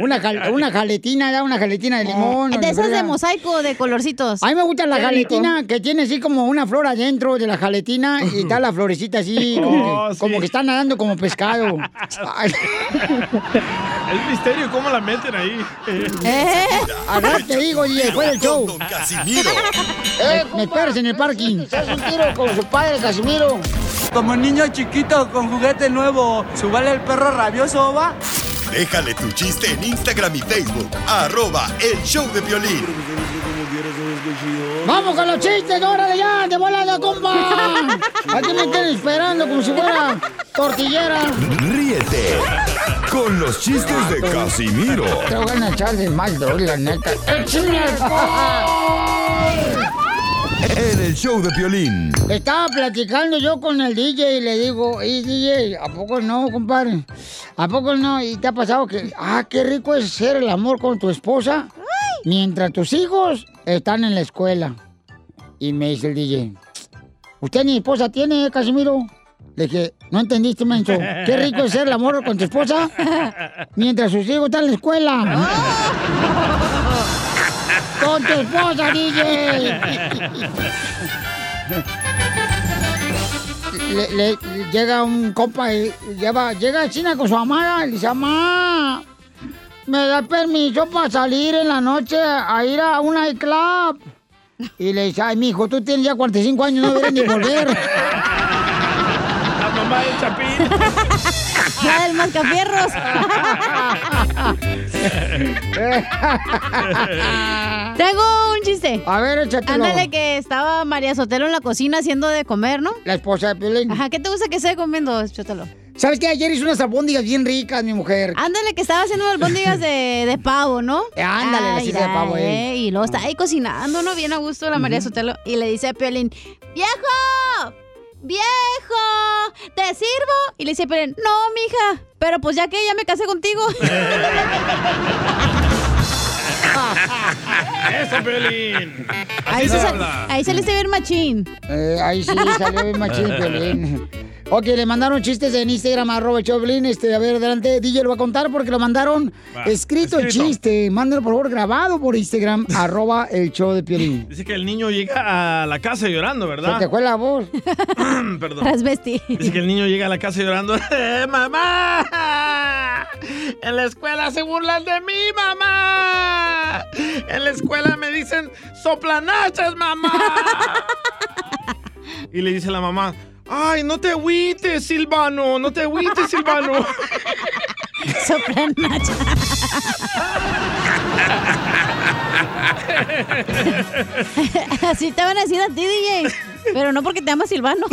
una, jal- una jaletina, ya, una jaletina de limón.
Ah, de esas de
verga.
mosaico, de colorcitos.
A mí me gusta la
Qué rico.
jaletina que tiene así como una flor adentro de la jaletina y está la florecita
[LAUGHS]
así, como,
Oh,
que, como que está nadando como pescado. Ay.
Es misterio cómo la meten ahí.
Eh, al rato te digo, y después del show.
Don Casimiro.
Eh, me esperas en el parking. ¿Haz un tiro con su padre, Casimiro?
Como niño chiquito con juguete nuevo, subale el perro rabioso, va.
Déjale tu chiste en Instagram y Facebook. Arroba el show de violín.
¡Vamos con los chistes! ¡Órale ya! ¡De volada,
[LAUGHS]
compa! Aquí me están esperando como si fuera tortillera.
Ríete con los chistes de Casimiro
Te van a echar de mal, bro, la neta. ¡Échame alcohol!
en el show de violín.
Estaba platicando yo con el DJ y le digo, y DJ, ¿a poco no, compadre? ¿A poco no? ¿Y te ha pasado que, ah, qué rico es ser el amor con tu esposa mientras tus hijos están en la escuela? Y me dice el DJ, ¿usted ni esposa tiene, ¿eh, Casimiro? Le dije, no entendiste, menso. Qué rico es ser el amor con tu esposa mientras sus hijos están en la escuela. Con tu esposa, DJ. le, le- llega un compa y lleva, llega a China con su amada y le dice, mamá, ¿me da permiso para salir en la noche a ir a un nightclub? Y le dice, ay, mijo, tú tienes ya 45 años, no deberías ni
[LAUGHS]
volver.
La mamá del Chapín.
La del mascafierros.
[LAUGHS]
Tengo un chiste.
A ver, échatelo.
Ándale que estaba María Sotelo en la cocina haciendo de comer, ¿no?
La esposa de Piolín.
Ajá, ¿qué te gusta que esté comiendo? Chótalo.
¿Sabes qué? Ayer hizo unas albóndigas bien ricas, mi mujer.
Ándale, que estaba haciendo albóndigas de, de pavo, ¿no?
Ándale, las hice de
ay,
pavo, eh.
eh, Y luego está ahí cocinando, ¿no? Bien a gusto la María Sotelo. Y le dice a Piolín, ¡Viejo! ¡Viejo! ¿Te sirvo? Y le dice a Piolín, no, mija. Pero pues ya que ya me casé
[LAUGHS]
contigo.
¡Eso, Pelín!
ahí, se sal- ahí saliste bien machín.
Eh, ahí sí salió bien machín, Piolín. Ok, le mandaron chistes en Instagram a Robert Choplin. Este, a ver, adelante, DJ lo va a contar porque lo mandaron
Va,
escrito, el
escrito.
chiste. Mándalo, por favor, grabado por Instagram, arroba el show de Piolín.
Dice que el niño llega a la casa llorando,
Se te
¿verdad?
fue la voz.
Perdón.
Transvesti.
Dice que el niño llega a la casa llorando. [LAUGHS] ¡Eh, mamá! En la escuela se burlan de mí, mamá. En la escuela me dicen soplanachas, mamá. Y le dice la mamá, ay, no te agüites, Silvano, no te
[LAUGHS]
agüites, [LAUGHS] Silvano.
[LAUGHS] Así te van a decir a ti, DJ. Pero no porque te ama Silvano.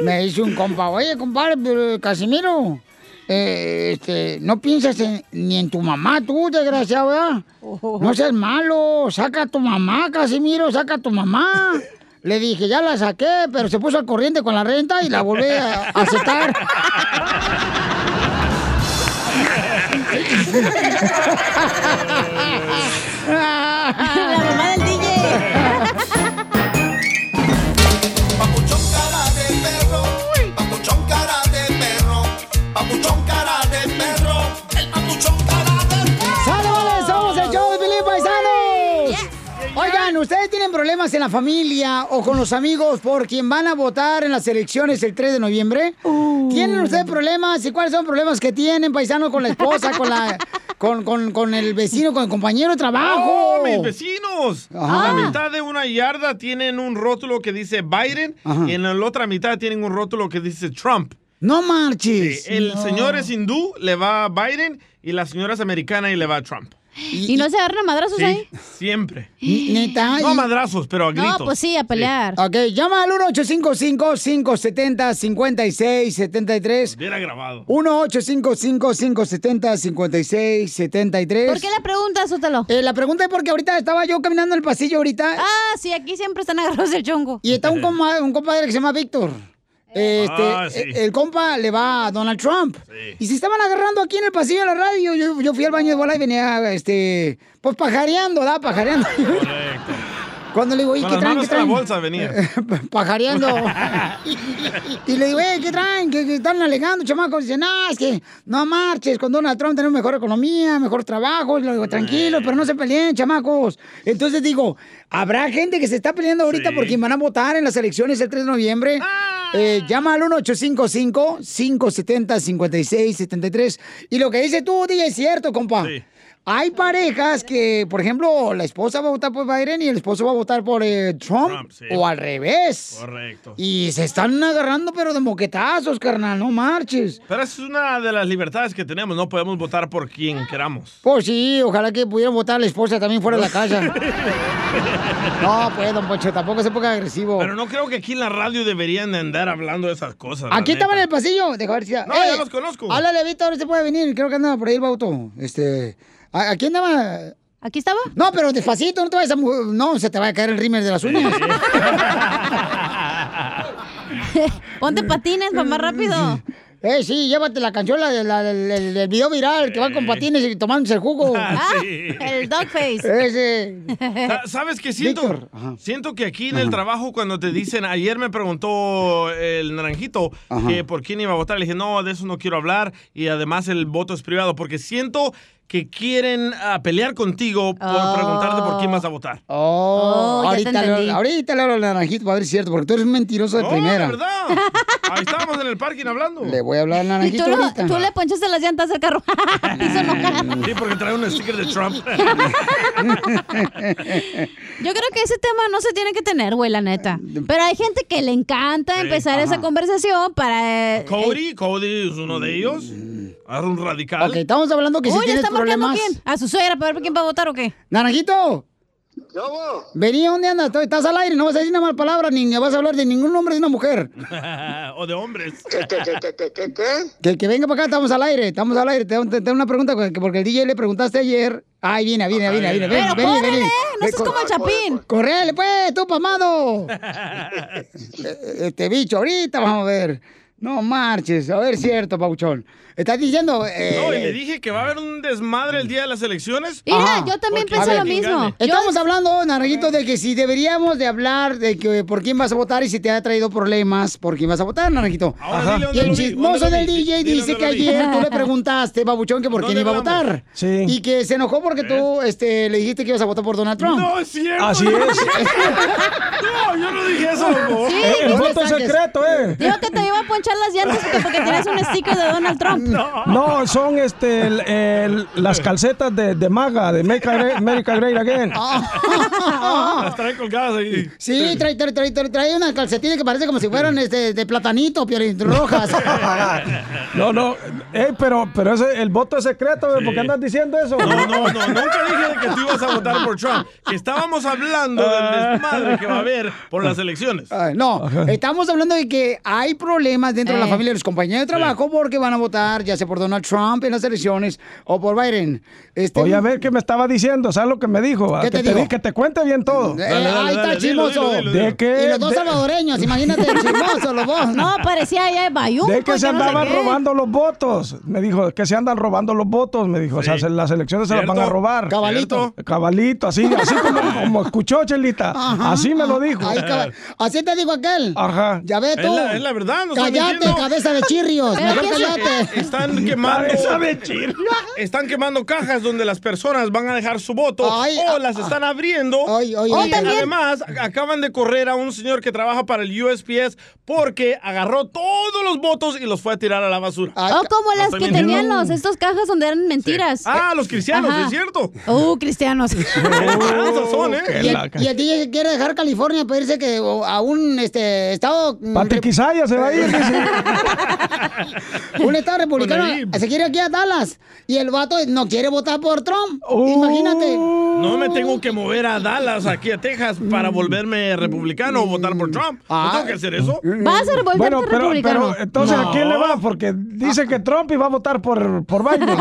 Me dice un compa, oye, compadre, pero, Casimiro, eh, este, no piensas en- ni en tu mamá, tú, desgraciado, ¿verdad? [LAUGHS] No seas malo, saca a tu mamá, Casimiro, saca a tu mamá. Le dije, ya la saqué, pero se puso al corriente con la renta y la volví a a aceptar.
La mamá del DJ.
Papuchón cara de perro, papuchón cara de perro, el papuchón cara de
¡Sálvales! ¡Somos el show de Felipe Paisanos! Oigan, ustedes tienen problemas en la familia o con los amigos por quien van a votar en las elecciones el 3 de noviembre. ¿Tienen ustedes problemas? ¿Y cuáles son problemas que tienen, paisanos, con la esposa, con la. Con, con- con el vecino, con el compañero de trabajo.
¡Oh, mis vecinos! Ah.
Ajá. Ah.
A la mitad de una yarda tienen un rótulo que dice Biden y en la otra mitad tienen un rótulo que dice Trump.
¡No marches!
El
No.
señor es hindú, le va a Biden y la señora es americana y le va a Trump.
¿Y no se agarran a madrazos
Sí,
ahí?
Siempre.
Neta.
No a
y-
madrazos, pero a gritos.
pues
Ok, llama al 1-855-570-5673.
Hubiera grabado.
1-855-570-5673.
¿Por qué la pregunta, Sótalo?
Eh, la pregunta es porque ahorita estaba yo caminando en el pasillo ahorita.
Ah, sí, aquí siempre están agarrados del chongo.
Y está un, compa- un compadre que se llama Víctor.
Eh.
Este,
Ah, sí.
e- El compa le va a Donald Trump. Y se estaban agarrando aquí en el pasillo de la radio. Yo, yo fui al baño de bola y venía, este, pues pajareando, ¿da?
[LAUGHS]
Pajareando. Cuando le digo, ¿y
Con
qué
las
traen?
manos
¿Qué
en la
traen?
bolsa
[LAUGHS]
venía.
pajareando.
[LAUGHS]
y le digo, "Eh, ¿qué traen? ¿Qué, qué están alegando, chamacos? Dicen, ah, es que no marches, con Donald Trump tenemos mejor economía, mejor trabajo. Y le digo, tranquilo, pero no se peleen, chamacos. Entonces digo, ¿habrá gente que se está peleando ahorita por quien van a votar en las elecciones el 3 de noviembre? Eh, llama al 1-855-570-5673. Y lo que dice tú, DJ, es cierto, compa. Hay parejas que, por ejemplo, la esposa va a votar por Biden y el esposo va a votar por eh, Trump, o al revés.
Correcto.
Y se están agarrando, pero de moquetazos, carnal, no marches.
Pero esa es una de las libertades que tenemos, no podemos votar por quien queramos.
Pues sí, ojalá que pudieran votar a la esposa también fuera de la casa. No, pues, don Pocho, tampoco se ponga agresivo.
Pero no creo que aquí en la radio deberían de andar hablando de esas cosas. la
Aquí
neta.
estaba en el pasillo. Deja ver si.
No, ya los conozco.
Háblale, Víctor, se puede venir. Creo que andaba por ahí el bauto. Este. ¿a- ¿Aquí andaba?
¿Aquí estaba?
No, pero despacito, no te vayas a. mu- No, se te va a caer el rímel de las uñas.
[LAUGHS] Ponte patines para más rápido.
Eh, sí, llévate la canción, la, la- la- la- el video viral que va con patines y tomándose el jugo.
[LAUGHS] Ah, sí.
El dogface.
Ese.
Sa- Ah, ¿Sabes qué siento? Siento que aquí en el trabajo cuando te dicen, ayer me preguntó el naranjito que por quién iba a votar, le dije, no, de eso no quiero hablar y además el voto es privado porque siento que quieren ah, pelear contigo por
Oh.
preguntarte por quién vas a votar.
Oh,
Oh, ya te
ahorita, le,
entendí.
ahorita le hablo al naranjito para ver si es cierto, porque tú eres un mentiroso de
No,
primera.
de verdad. Ahí estábamos en el parking hablando.
Le voy a hablar al
Y tú,
naranjito
lo-
ahorita.
tú le ponchaste las llantas al carro. [LAUGHS]
[LAUGHS]
Sí, porque trae un sticker de Trump.
Yo creo que ese tema no se tiene que tener, güey, la neta. Pero hay gente que le encanta empezar
ajá.
esa conversación para... eh,
Cody, Cody es uno de ellos. Ahora un radical.
Ok, estamos hablando que
Uy,
si
¿le
tienes
está marcando
problemas.
[LAUGHS] quién? ¿A su suegra para ver quién va a votar o qué?
¡Naranjito! Vení, ¿dónde andas? Estoy- Estás al aire, no vas a decir nada más palabra, ni ni vas a hablar de ningún hombre de una mujer.
[LAUGHS] o de hombres.
Que, que venga para acá, estamos al aire, estamos al aire. Te te- te hago una pregunta, porque porque el DJ le preguntaste ayer. Ay, viene, viene, viene, viene. Ven,
Pero
vení,
córrele,
vení.
no seas como el Chapín.
Correle, pues, tú, pasmado. este bicho, ahorita vamos a ver. No marches, a ver, cierto, Pauchón. Estás diciendo. eh,
No, y le dije que va a haber un desmadre el día de las elecciones.
Ajá. Porque-
A ver,
A ver,
¿quién gane?
Estamos hablando, Naranjito, de que si deberíamos de hablar de que por quién vas a votar y si te ha traído problemas por quién vas a votar, Naranjito.
Ajá. dile dónde
Y el
lo vi,
chismoso
dónde lo
del
vi,
DJ
dile
dice
dónde
que
lo vi.
ayer
[LAUGHS]
tú le preguntaste, Babuchón, que por quién iba a votar.
Sí.
Y que se enojó porque tú este, le dijiste que ibas a votar por Donald Trump.
No es
[LAUGHS]
cierto. Así es.
No, yo no dije eso,
loco. Sí,
El
no le
voto
saques.
secreto, ¿eh?
Digo que te iba a ponchar las llantas porque- porque tienes un sticker de Donald Trump.
No, son este, el- el- las calcetas de, de Maga, de Make America Great- America Great Again.
[LAUGHS] Las traen colgadas ahí.
Ah. Sí, trae, trae, trae, trae, trae unas calcetines que parece como si fueran este, de platanito, Piolín,
[LAUGHS]
rojas.
No, no, ey, pero, pero ese, el voto es secreto, güey, ¿por qué andas diciendo eso?
No, no, no, nunca dije que tú ibas a votar por Trump. Que estábamos hablando del desmadre que va a haber por las elecciones.
Ay, no, estamos hablando de que hay problemas dentro de
Eh.
la familia de los compañeros de trabajo porque van a votar ya sea por Donald Trump en las elecciones o por Biden. Este,
Oye, a ver qué me estaba diciendo, ¿sabes lo que me dijo? va?
¿Qué
que
te dijo?
di- que te cuente bien todo.
eh, ahí está el chismoso.
¿De qué?
Y los dos
de-
salvadoreños, imagínate el chismoso, los dos.
No, parecía allá de pues, Bayún.
de que se andaban robando los votos. Me dijo, que se andan robando los votos. Me dijo, o sea, se- las elecciones se las van a
¿Cierto?
robar.
Cabalito.
Cabalito, así,
[LAUGHS]
así como, como escuchó, Chelita.
Ajá.
así me lo dijo.
Ay, cabal- Así te digo aquel.
Ajá.
Ya ves tú.
Es la- es la verdad, no está
Cállate,
mintiendo.
cabeza de chirrios.
Pero
Mejor
¿qué es-
cállate.
eh, Están quemando.
Cabeza de chirrios.
Están quemando cajas donde las personas van a dejar su voto
Ay,
o
ah,
las
ah.
están abriendo.
ay,
y
ay, ay.
además a- acaban de correr a un señor que trabaja para el USPS porque agarró todos los votos y los fue a tirar a la basura.
O Oh, como
No
las
estoy
que
mintiendo.
tenían los, estos cajas donde eran mentiras.
Ah, los cristianos,
Ajá.
es cierto.
Uh,
[LAUGHS]
cristianos. [LAUGHS]
Cristianos son, ¿eh?
Y el, y el DJ quiere dejar California para irse que, o a un este, estado. mm,
Patiquisaya se va a
[LAUGHS]
ir. dice.
un estado republicano
Con Nayib.
se quiere aquí a Dallas y el vato no quiere votar por Trump.
Uh.
Imagínate.
No me tengo que mover a Dallas, aquí a Texas, para
Mm.
volverme republicano o votar por Trump. No tengo que hacer eso.
Ah. Mm. Bueno, pero, pero entonces, ¿a quién le va? Porque dice que Trump iba a votar por, por Biden.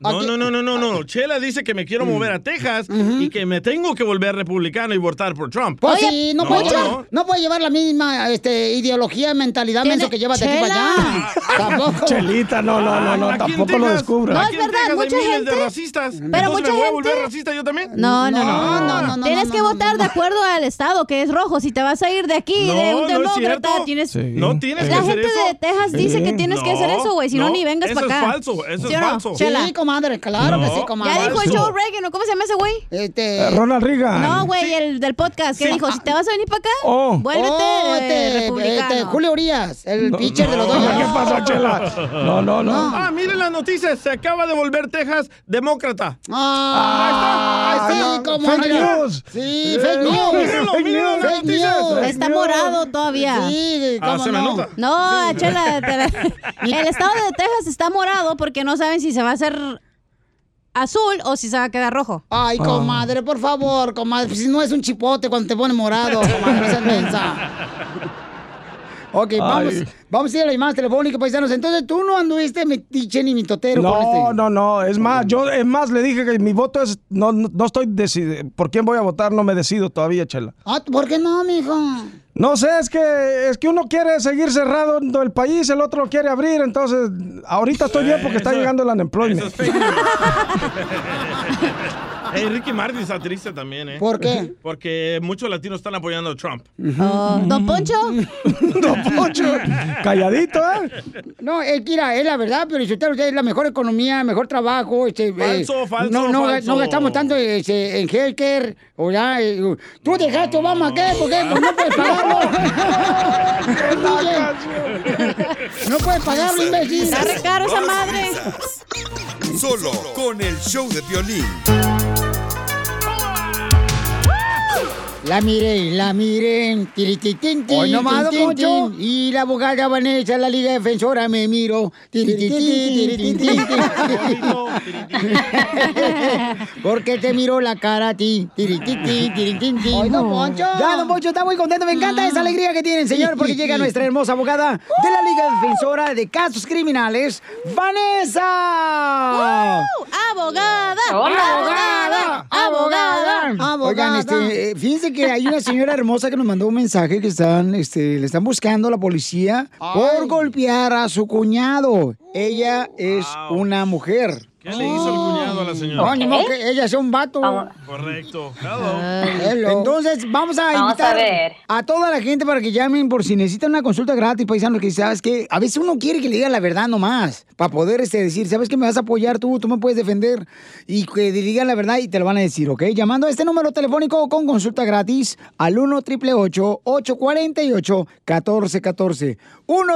No, no, no, no, no, no. Chela dice que me
Mm.
quiero mover a Texas y que me tengo que volver republicano y votar por Trump.
Pues sí, no, puede llevar,
no.
no puede llevar la misma este, ideología, mentalidad, menso que llevas de aquí para allá.
[LAUGHS]
Tampoco.
Chelita, no, no, no, no,
Aquí en
tampoco lo
Texas-
descubra.
aquí en Texas hay miles de racistas.
Pero
Entonces,
mucha
¿me voy a
gente-
volver racista yo también?
No, no, no, no, no, Tienes que votar de acuerdo al estado que es rojo. Si te vas a ir de aquí, de
No,
un
no es
demócrata,
cierto.
tienes.
No tienes que
La
hacer
gente
eso.
de Texas dice que
Sí.
tienes que hacer
No,
eso, güey. Si no,
no,
ni vengas
eso
para
es
acá.
falso, eso
¿Sí
es
o no?
falso.
Chela.
Sí, comadre, claro que
No.
sí, comadre.
Ya dijo el Joe Reagan, ¿o ¿cómo se llama ese güey?
Este.
Eh, Ronald Reagan.
No, güey, el del podcast que
Sí.
dijo, si
Ah.
te vas a venir para acá,
Oh.
vuélvete
Oh, este,
republicano.
este, Julio Urias, el
No,
pitcher de los
no.
Dodgers.
¿Qué pasó, Chela? No, no, no.
Ah, miren las noticias. Se acaba de volver Texas demócrata.
Ah,
Ahí
sí,
está.
como
Fake
no.
news.
Sí,
Eh,
fake
no,
news.
mírenlo, mírenlo en las
Fake
noticias.
news.
Fake
Está morado todavía.
Sí, ¿cómo
Ah, se me
no?
nota.
No, chela, te
[LAUGHS]
la- el estado de Texas está morado porque no saben si se va a hacer azul o si se va a quedar rojo.
Ay, comadre, por favor, comadre. Si no es un chipote cuando te
[LAUGHS]
pone morado, comadre, no seas mensa. Ok, vamos, vamos a ir a la llamada telefónica, paisanos. Entonces, tú no anduviste metiche ni mitotero con este.
No, no, no, es más, yo es más le dije que mi voto es no no, no estoy decide, por quién voy a votar, no me decido todavía, Chela.
Ah, ¿Por qué no, mijo?
No sé, es que es que uno quiere seguir cerrando el país, el otro lo quiere abrir, entonces ahorita estoy bien porque está llegando el unemployment.
Ey, Eh, Ricky Martin está triste también, ¿eh?
¿Por qué?
Porque muchos latinos están apoyando a Trump.
Oh, Don Poncho.
Mm. [LAUGHS] Don Poncho. Calladito, ¿eh?
No, es que, mira, es la verdad, pero si usted, usted es la mejor economía, mejor trabajo. Este, eh,
Falso, falso,
no, no,
falso.
no gastamos tanto este, en healthcare. O ya, eh, tú dejaste Obama, ¿qué? ¿Por qué? Pues no puedes pagarlo.
[LAUGHS]
no puedes pagarlo, imbécil.
Está re caro esa madre.
Solo con el show de violín.
La miren, la miren. Tirititín,
Hoy nomás, don Poncho.
Y la abogada Vanessa, la Liga Defensora, me miro. Tirititín, tirititín,
[LAUGHS]
[LAUGHS] Porque te miró la cara a ti. Tirititín, tirititín.
Hoy, don Poncho.
Ya, don Poncho, está muy contento. Me encanta esa alegría que tienen, señor, porque llega nuestra hermosa abogada de la Liga Defensora de Casos Criminales, Vanessa.
¡Abogada!
¡Abogada!
¡Abogada!
Oigan, este, eh, fíjense que hay una señora hermosa que nos mandó un mensaje que están, este, le están buscando a la policía por golpear a su cuñado. Ella es una mujer.
¿Qué le hizo el cuñado a la señora?
No, ni modo que ella sea un vato.
Correcto.
Ah, Hello. Entonces, vamos a
Vamos
invitar
a ver.
a toda la gente para que llamen por si necesitan una consulta gratis, paisanos, que sabes que a veces uno quiere que le digan la verdad nomás, para poder este, decir, sabes que me vas a apoyar tú, tú me puedes defender, y que te digan la verdad y te lo van a decir, ¿ok? Llamando a este número telefónico con consulta gratis al 1 888 848 1414 1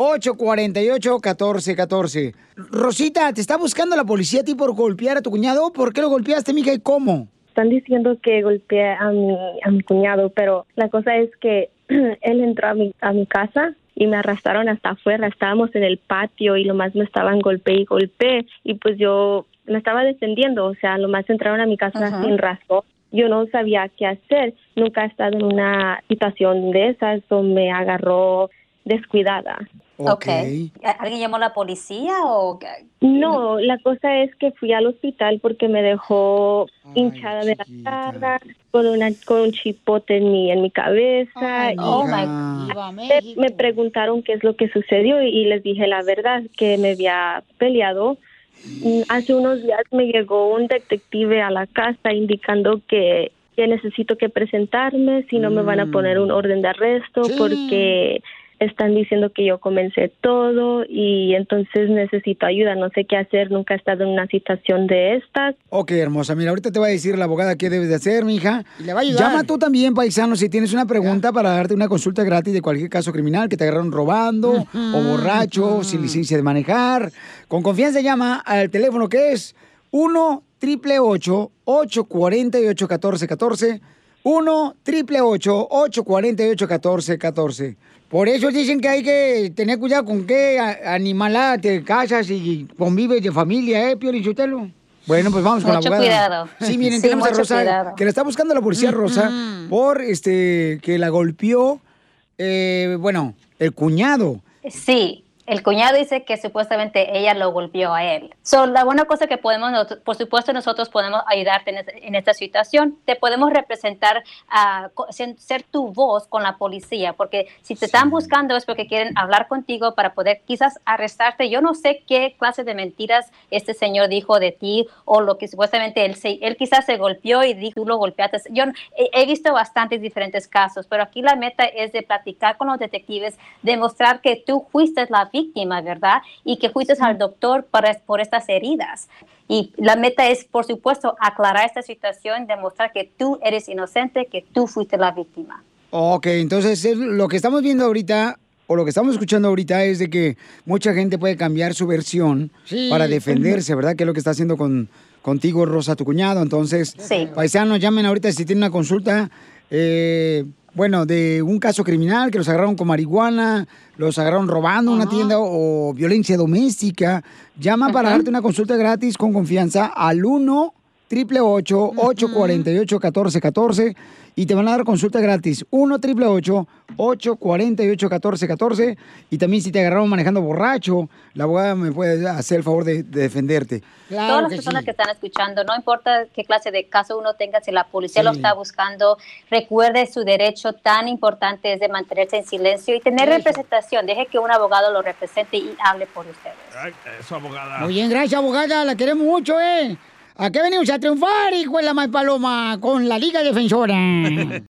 888 848-1414. Rosita, ¿te está buscando la policía a ti por golpear a tu cuñado? ¿Por qué lo golpeaste, mija, y cómo?
Están diciendo que golpeé a mi, a mi cuñado, pero la cosa es que [CLEARS THROAT] él entró a mi, a mi casa y me arrastraron hasta afuera. Estábamos en el patio y lo más me estaban golpe y golpe. Y pues yo me estaba defendiendo, o sea, lo más entraron a mi casa
Ajá.
sin razón. Yo no sabía qué hacer. Nunca he estado en una situación de esas donde me agarró descuidada.
Okay. ¿Alguien llamó a la policía o qué?
No, la cosa es que fui al hospital porque me dejó hinchada de la cara, con, una, con un chipote en mi, en mi cabeza. y
oh my
me, me preguntaron qué es lo que sucedió y, y les dije la verdad, que me había peleado. Mm, Hace unos días me llegó un detective a la casa indicando que, que necesito que presentarme, si no me van a poner un orden de arresto porque están diciendo que yo comencé todo y entonces necesito ayuda, no sé qué hacer, nunca he estado en una situación de estas.
Ok, hermosa. Mira, ahorita te va a decir la abogada qué debes de hacer, mija. Le va
a ayudar.
Llama tú también, paisano, si tienes una pregunta para darte una consulta gratis de cualquier caso criminal que te agarraron robando o borracho, sin licencia de manejar. Con confianza llama al teléfono que es 1 888 848 1414 1 888 848 1414 Por eso dicen que hay que tener cuidado con qué a- animalada te casas y convives de familia, ¿eh, Pio Lichotelo? Bueno, pues vamos con
Mucho
la abogada.
cuidado.
Sí, miren,
Sí,
tenemos a
mucho
Rosa,
cuidado.
que la está buscando la policía Rosa por este que la golpeó, eh, bueno, el cuñado.
Sí, el cuñado dice que supuestamente ella lo golpeó a él. So, la buena cosa que podemos, nosotros- por supuesto, nosotros podemos ayudarte en, es- en esta situación. Te podemos representar, ah, co- sen- ser tu voz con la policía, porque si te están buscando es porque quieren hablar contigo para poder quizás arrestarte. Yo no sé qué clase de mentiras este señor dijo de ti o lo que supuestamente él, se- él quizás se golpeó y dijo, tú lo golpeaste. Yo no- he, he visto bastantes diferentes casos, pero aquí la meta es de platicar con los detectives, demostrar que tú fuiste la víctima, ¿verdad? Y que fuiste al doctor para, por estas heridas. Y la meta es, por supuesto, aclarar esta situación, demostrar que tú eres inocente, que tú fuiste la víctima.
Ok, entonces es lo que estamos viendo ahorita o lo que estamos escuchando ahorita es de que mucha gente puede cambiar su versión
Sí.
para defenderse, ¿verdad? Que es lo que está haciendo con, contigo, Rosa, tu cuñado. Entonces,
Sí.
paisanos, llamen ahorita si tienen una consulta, eh, bueno, de un caso criminal, que los agarraron con marihuana, los agarraron robando una tienda o, o violencia doméstica. Llama para darte una consulta gratis con confianza al 1 888 848 1414 y te van a dar consulta gratis. 1 888 848 1414 y también si te agarraron manejando borracho, la abogada me puede hacer el favor de, de defenderte.
Todas las personas que están escuchando, no importa qué clase de caso uno tenga, si la policía lo
Sí.
está buscando, recuerde su derecho tan importante es de mantenerse en silencio y tener representación. Deje que un abogado lo represente y hable por ustedes.
Ay, Eso, abogada.
Muy bien, gracias abogada, la queremos mucho,
[LAUGHS]
¿eh? ¿A qué venimos a triunfar, hijo de la más paloma? Con la Liga Defensora.